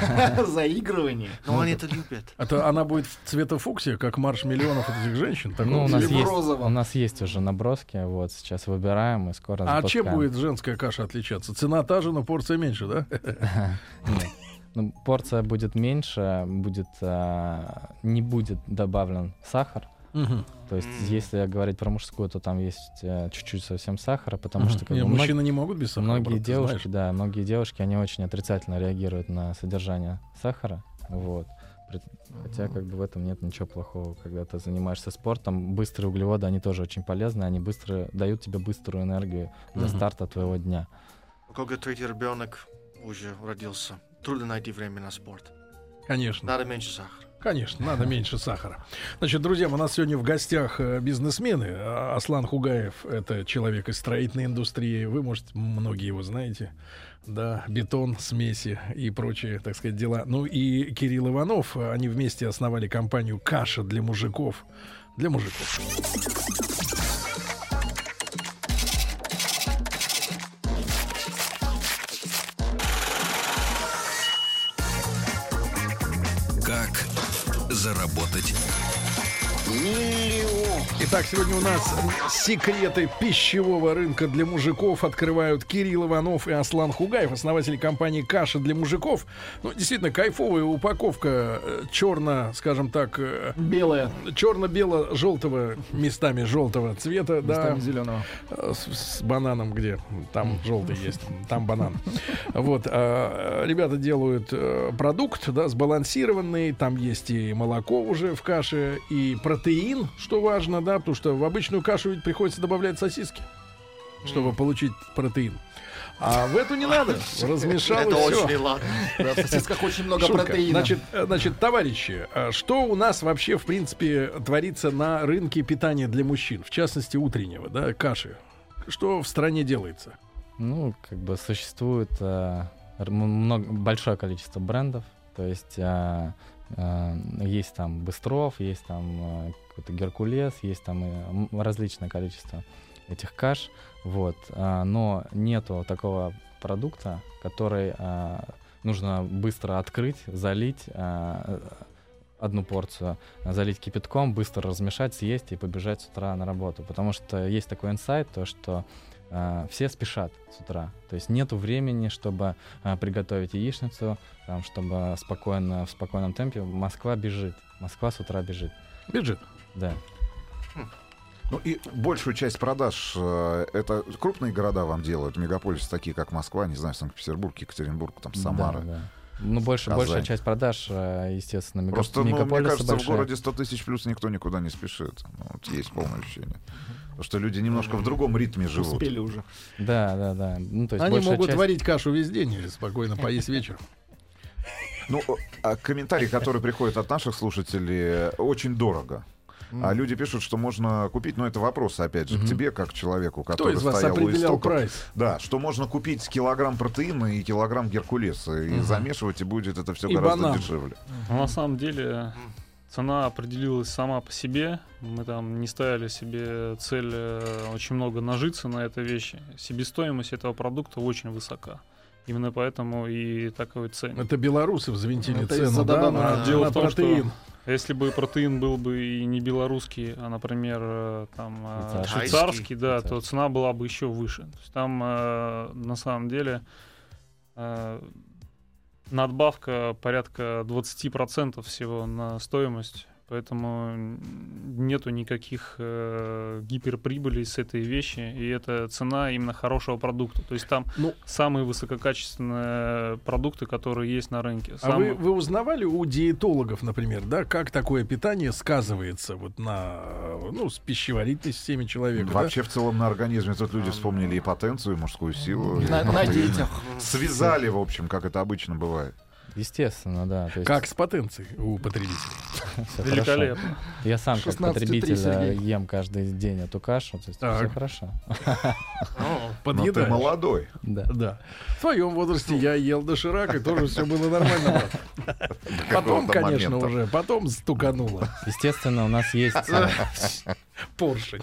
Speaker 4: Заигрывание.
Speaker 7: Ну, они это любят.
Speaker 2: Это она будет в цветофуксия, как марш миллионов этих женщин. такого
Speaker 5: Ну, у нас
Speaker 2: цвета.
Speaker 4: или в
Speaker 5: есть,
Speaker 4: розовом.
Speaker 5: у нас есть уже наброски. Вот сейчас выбираем и скоро
Speaker 2: А
Speaker 5: запускаем.
Speaker 2: чем будет женская каша отличаться? Цена та же, но порция меньше, да?
Speaker 5: Нет. Ну, порция будет меньше, будет а, не будет добавлен сахар.
Speaker 2: Мгм.
Speaker 5: То есть,
Speaker 7: М.
Speaker 5: если говорить про мужскую, то там есть э, чуть-чуть совсем сахара, потому
Speaker 2: Мгм.
Speaker 5: что как
Speaker 2: Не,
Speaker 5: бы, мног-
Speaker 2: мужчины не могут без сахара.
Speaker 5: многие
Speaker 2: брат, ты
Speaker 5: девушки,
Speaker 2: знаешь.
Speaker 5: да, многие девушки, они очень отрицательно реагируют на содержание сахара, вот. При- Хотя как бы в этом нет ничего плохого, когда ты занимаешься спортом. Быстрые углеводы, они тоже очень полезны, они быстро дают тебе быструю энергию для
Speaker 2: Мгм.
Speaker 5: старта твоего дня.
Speaker 7: Когда третий ребенок уже родился, трудно найти время на спорт.
Speaker 2: Конечно.
Speaker 7: Надо меньше сахара.
Speaker 2: Конечно, надо меньше сахара. Значит, друзья, у нас сегодня в гостях э, бизнесмены. А, Аслан Хугаев — это человек из строительной индустрии. Вы, может, многие его знаете. Да, бетон, смеси и прочие, так сказать, дела. Ну и Кирилл Иванов. э, Они вместе основали компанию «Каша для мужиков». Для мужиков.
Speaker 1: Как заработать?
Speaker 2: Итак, сегодня у нас секреты пищевого рынка для мужиков открывают Кирилл Иванов и Аслан Хугаев, основатели компании «Каша для мужиков». Ну, действительно, кайфовая упаковка черно, скажем так, э,
Speaker 4: Белое.
Speaker 2: черно-бело-желтого, местами желтого цвета, да,
Speaker 4: Местами зеленого.
Speaker 2: э, с, с бананом, где там желтый есть, там банан. Вот, а, э, ребята делают э, продукт, да, сбалансированный, там есть и молоко уже в каше, и протеин, что важно, да, потому что в обычную кашу ведь приходится добавлять сосиски, чтобы получить протеин. А в эту не надо, размешал и
Speaker 7: (laughs) Это
Speaker 2: всё.
Speaker 7: очень ладно.
Speaker 4: Да, в сосисках очень много
Speaker 2: Шутка.
Speaker 4: протеина.
Speaker 2: Значит, э, значит, товарищи, э, что у нас вообще, в принципе, творится на рынке питания для мужчин, в частности, утреннего, да, каши? Что в стране делается?
Speaker 5: Ну, как бы существует э, р- м- много, большое количество брендов. То есть э, э, есть там Быстров, есть там э, какой-то Геркулес, есть там э, м- различное количество этих каш. Вот. А, но нету такого продукта, который э, нужно быстро открыть, залить э, одну порцию, залить кипятком, быстро размешать, съесть и побежать с утра на работу. Потому что есть такой инсайт, то что а, все спешат с утра. То есть нету времени, чтобы а, приготовить яичницу, там, чтобы спокойно, в спокойном темпе. Москва бежит. Москва с утра бежит.
Speaker 2: Бюджет.
Speaker 5: Да.
Speaker 3: Ну и большую часть продаж э, это крупные города вам делают, мегаполисы такие как Москва, не знаю, Санкт-Петербург, Екатеринбург, там Самара.
Speaker 5: Да, да. Ну, больше,
Speaker 3: Казань.
Speaker 5: большая часть продаж, а, естественно, мега-
Speaker 3: Просто, ну, мне
Speaker 5: мегаполисы
Speaker 3: кажется, в
Speaker 5: большие.
Speaker 3: городе 100 тысяч плюс никто никуда не спешит. Ну, вот есть полное ощущение. Потому что люди немножко в другом ритме живут.
Speaker 4: Успели уже.
Speaker 5: Да, да, да. Ну, то есть
Speaker 2: Они
Speaker 5: большая
Speaker 2: могут
Speaker 5: часть-
Speaker 2: варить кашу весь день или
Speaker 4: Э.
Speaker 2: спокойно поесть вечером.
Speaker 3: Ну, а комментарии, которые приходят от наших слушателей, э, очень дорого. А люди пишут, что можно купить, но это вопрос, опять же, к
Speaker 5: Мгм.
Speaker 3: тебе, как человеку,
Speaker 2: Кто
Speaker 3: который
Speaker 2: из вас
Speaker 3: А стоял у
Speaker 2: определял
Speaker 3: истоков.
Speaker 2: прайс?
Speaker 3: Да, что можно купить килограмм протеина и килограмм геркулеса, и
Speaker 5: Мгм.
Speaker 3: замешивать, и будет это все
Speaker 2: И
Speaker 3: гораздо
Speaker 2: банан.
Speaker 3: дешевле.
Speaker 6: Но на самом деле
Speaker 7: Мгм.
Speaker 6: цена определилась сама по себе. Мы там не ставили себе цель э, очень много нажиться на этой вещи. Себестоимость этого продукта очень высока. Именно поэтому и такой цене.
Speaker 2: Это белорусы взвинтили
Speaker 4: Это
Speaker 2: цену
Speaker 4: из-за
Speaker 2: да,
Speaker 4: добавок.
Speaker 2: на,
Speaker 6: Дело
Speaker 2: на
Speaker 6: в том, что-
Speaker 2: протеин.
Speaker 6: Если бы протеин был бы и не белорусский, а, например, э, там э,
Speaker 5: Швейцарский.
Speaker 6: швейцарский, да, то
Speaker 5: Швейцарский.
Speaker 6: цена была бы еще выше. То есть там э, на самом деле э, надбавка порядка 20% всего на стоимость Поэтому м, нету никаких э, гиперприбылей с этой вещи. И это цена именно хорошего продукта. То есть там
Speaker 2: Ну.
Speaker 6: самые высококачественные продукты, которые есть на рынке.
Speaker 2: А вы,
Speaker 6: Самые-
Speaker 2: вы узнавали у диетологов, например, да, как такое питание сказывается вот на э, ну, с пищеварительной системе человека? да? А.
Speaker 3: Вообще в целом на организме тут люди вспомнили и потенцию, и мужскую силу. и
Speaker 4: На, на
Speaker 3: протеины.
Speaker 4: детях.
Speaker 3: Связали, в общем, как это обычно бывает.
Speaker 5: Естественно, да. То есть
Speaker 2: Как с потенцией у потребителей?
Speaker 5: всё хорошо.
Speaker 6: Великолепно.
Speaker 5: Я сам как
Speaker 4: 16,3,
Speaker 5: потребитель э,
Speaker 4: Сергей.
Speaker 5: ем каждый день эту кашу. То есть все
Speaker 2: Так.
Speaker 5: хорошо.
Speaker 7: О,
Speaker 3: Но Ну, ты
Speaker 2: Подъедаешь.
Speaker 3: молодой.
Speaker 5: Да.
Speaker 2: Да. В твоем возрасте я ел доширак, и тоже все было нормально. брат.
Speaker 3: до
Speaker 2: Потом,
Speaker 3: какого-то
Speaker 2: конечно,
Speaker 3: момента.
Speaker 2: уже, потом стукануло
Speaker 5: Естественно, у нас есть,
Speaker 3: (laughs)
Speaker 5: э,
Speaker 2: поршень.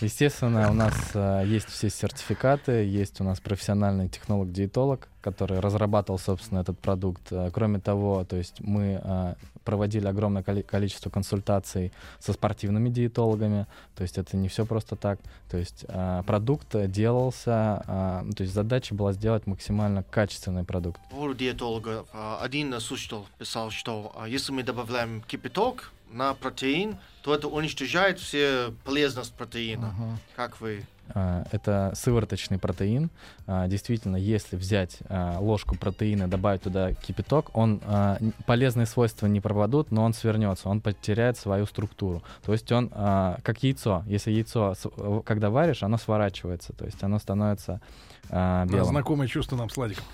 Speaker 5: естественно, у нас э, есть все сертификаты, есть у нас профессиональный технолог-диетолог, который разрабатывал, собственно, этот продукт. Э, Кроме того, то есть мы э, проводили огромное коли- количество консультаций со спортивными диетологами, то есть это не все просто так. То есть э, продукт э, делался, э, ну, то есть задача была сделать максимально качественный продукт.
Speaker 7: поводу диетолога. а, Один слушатель писал, что а, если мы добавляем кипяток на протеин, то это уничтожает все полезность протеина. Как вы?
Speaker 5: А, Это сывороточный протеин. А, Действительно, если взять а, ложку протеина, добавить туда кипяток, он а, н- полезные свойства не пропадут, но он свернется, он потеряет свою структуру. То есть он а, как яйцо. Если яйцо, с- в- когда варишь, оно сворачивается, то есть оно становится а,
Speaker 2: Да,
Speaker 5: белым.
Speaker 2: Знакомое чувство нам с Владиком.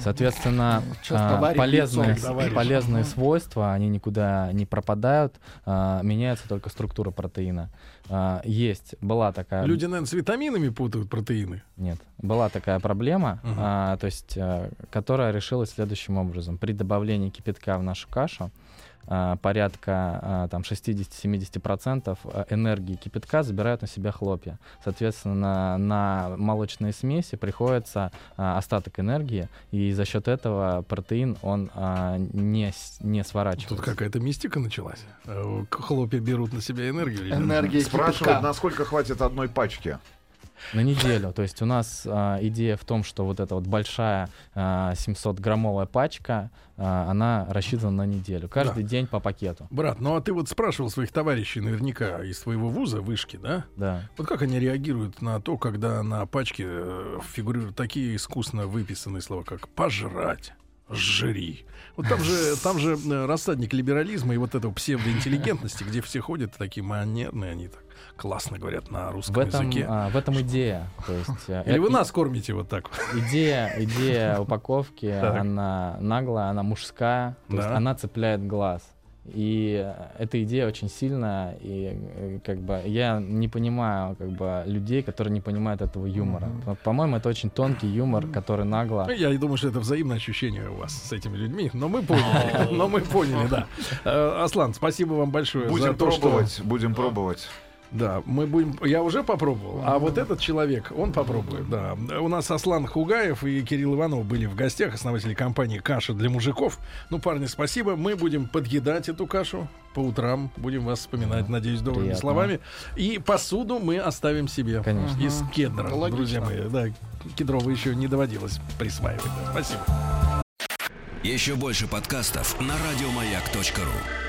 Speaker 5: Соответственно,
Speaker 4: Честно,
Speaker 5: а,
Speaker 4: варим
Speaker 5: полезные,
Speaker 4: яйцо,
Speaker 2: когда варишь.
Speaker 5: полезные свойства, они никуда не пропадают, а, меняется только структура протеина. А, Есть, была такая...
Speaker 2: Люди, наверное, с витаминами путают протеины.
Speaker 5: Нет, была такая проблема,
Speaker 2: Мгм.
Speaker 5: а, то есть, э, которая решилась следующим образом. При добавлении кипятка в нашу кашу а, порядка а, там 60-70% э, энергии кипятка забирают на себя хлопья. Соответственно, на молочные смеси приходится а, остаток энергии, и за счет этого протеин, он а, не, с- не сворачивается.
Speaker 2: Тут какая-то мистика началась. Э, к- Хлопья берут на себя энергию. ребята.
Speaker 4: Энергия
Speaker 3: Спрашивают,
Speaker 4: кипятка.
Speaker 3: насколько хватит одной пачки.
Speaker 5: На неделю. То есть у нас а, идея в том, что вот эта вот большая а, 700-граммовая пачка, а, она рассчитана на неделю. Каждый день по пакету.
Speaker 2: Брат, ну а ты вот спрашивал своих товарищей наверняка из своего вуза, вышки, да?
Speaker 5: Да.
Speaker 2: Вот как они реагируют на то, когда на пачке э, фигурируют такие искусно выписанные слова, как «пожрать», «жри». Вот там же, там же э, рассадник либерализма и вот этого псевдоинтеллигентности, где все ходят такие манерные, они так классно говорят на русском
Speaker 5: В этом,
Speaker 2: языке.
Speaker 5: а, в этом идея. То есть, э,
Speaker 2: Или
Speaker 5: э,
Speaker 2: вы
Speaker 5: и-
Speaker 2: нас кормите вот так вот?
Speaker 5: идея, идея упаковки,
Speaker 2: Так.
Speaker 5: она наглая, она мужская, то есть
Speaker 2: Да.
Speaker 5: она цепляет глаз. И э, эта идея очень сильная, и э, как бы я не понимаю как бы людей, которые не понимают этого юмора. По- По-моему, это очень тонкий юмор, который нагло
Speaker 2: Ну, Я и думаю, что это взаимное ощущение у вас с этими людьми, но мы поняли, но мы поняли, да. Э, Аслан, спасибо вам большое за
Speaker 3: Будем
Speaker 2: то, что...
Speaker 3: пробовать, будем пробовать.
Speaker 2: Да, мы будем. Я уже попробовал, а вот этот человек, он попробует. Да, у нас Аслан Хугаев и Кирилл Иванов были в гостях, основатели компании "Каша для мужиков". Ну, парни, спасибо. Мы будем подъедать эту кашу по утрам, будем вас вспоминать, надеюсь, добрыми
Speaker 5: приятно.
Speaker 2: словами. И посуду мы оставим себе.
Speaker 5: Конечно.
Speaker 2: Из кедра,
Speaker 4: Логично.
Speaker 2: друзья мои. Да, кедровый еще не доводилось присваивать. Да, Спасибо.
Speaker 1: Еще больше подкастов на радиомаяк.ру.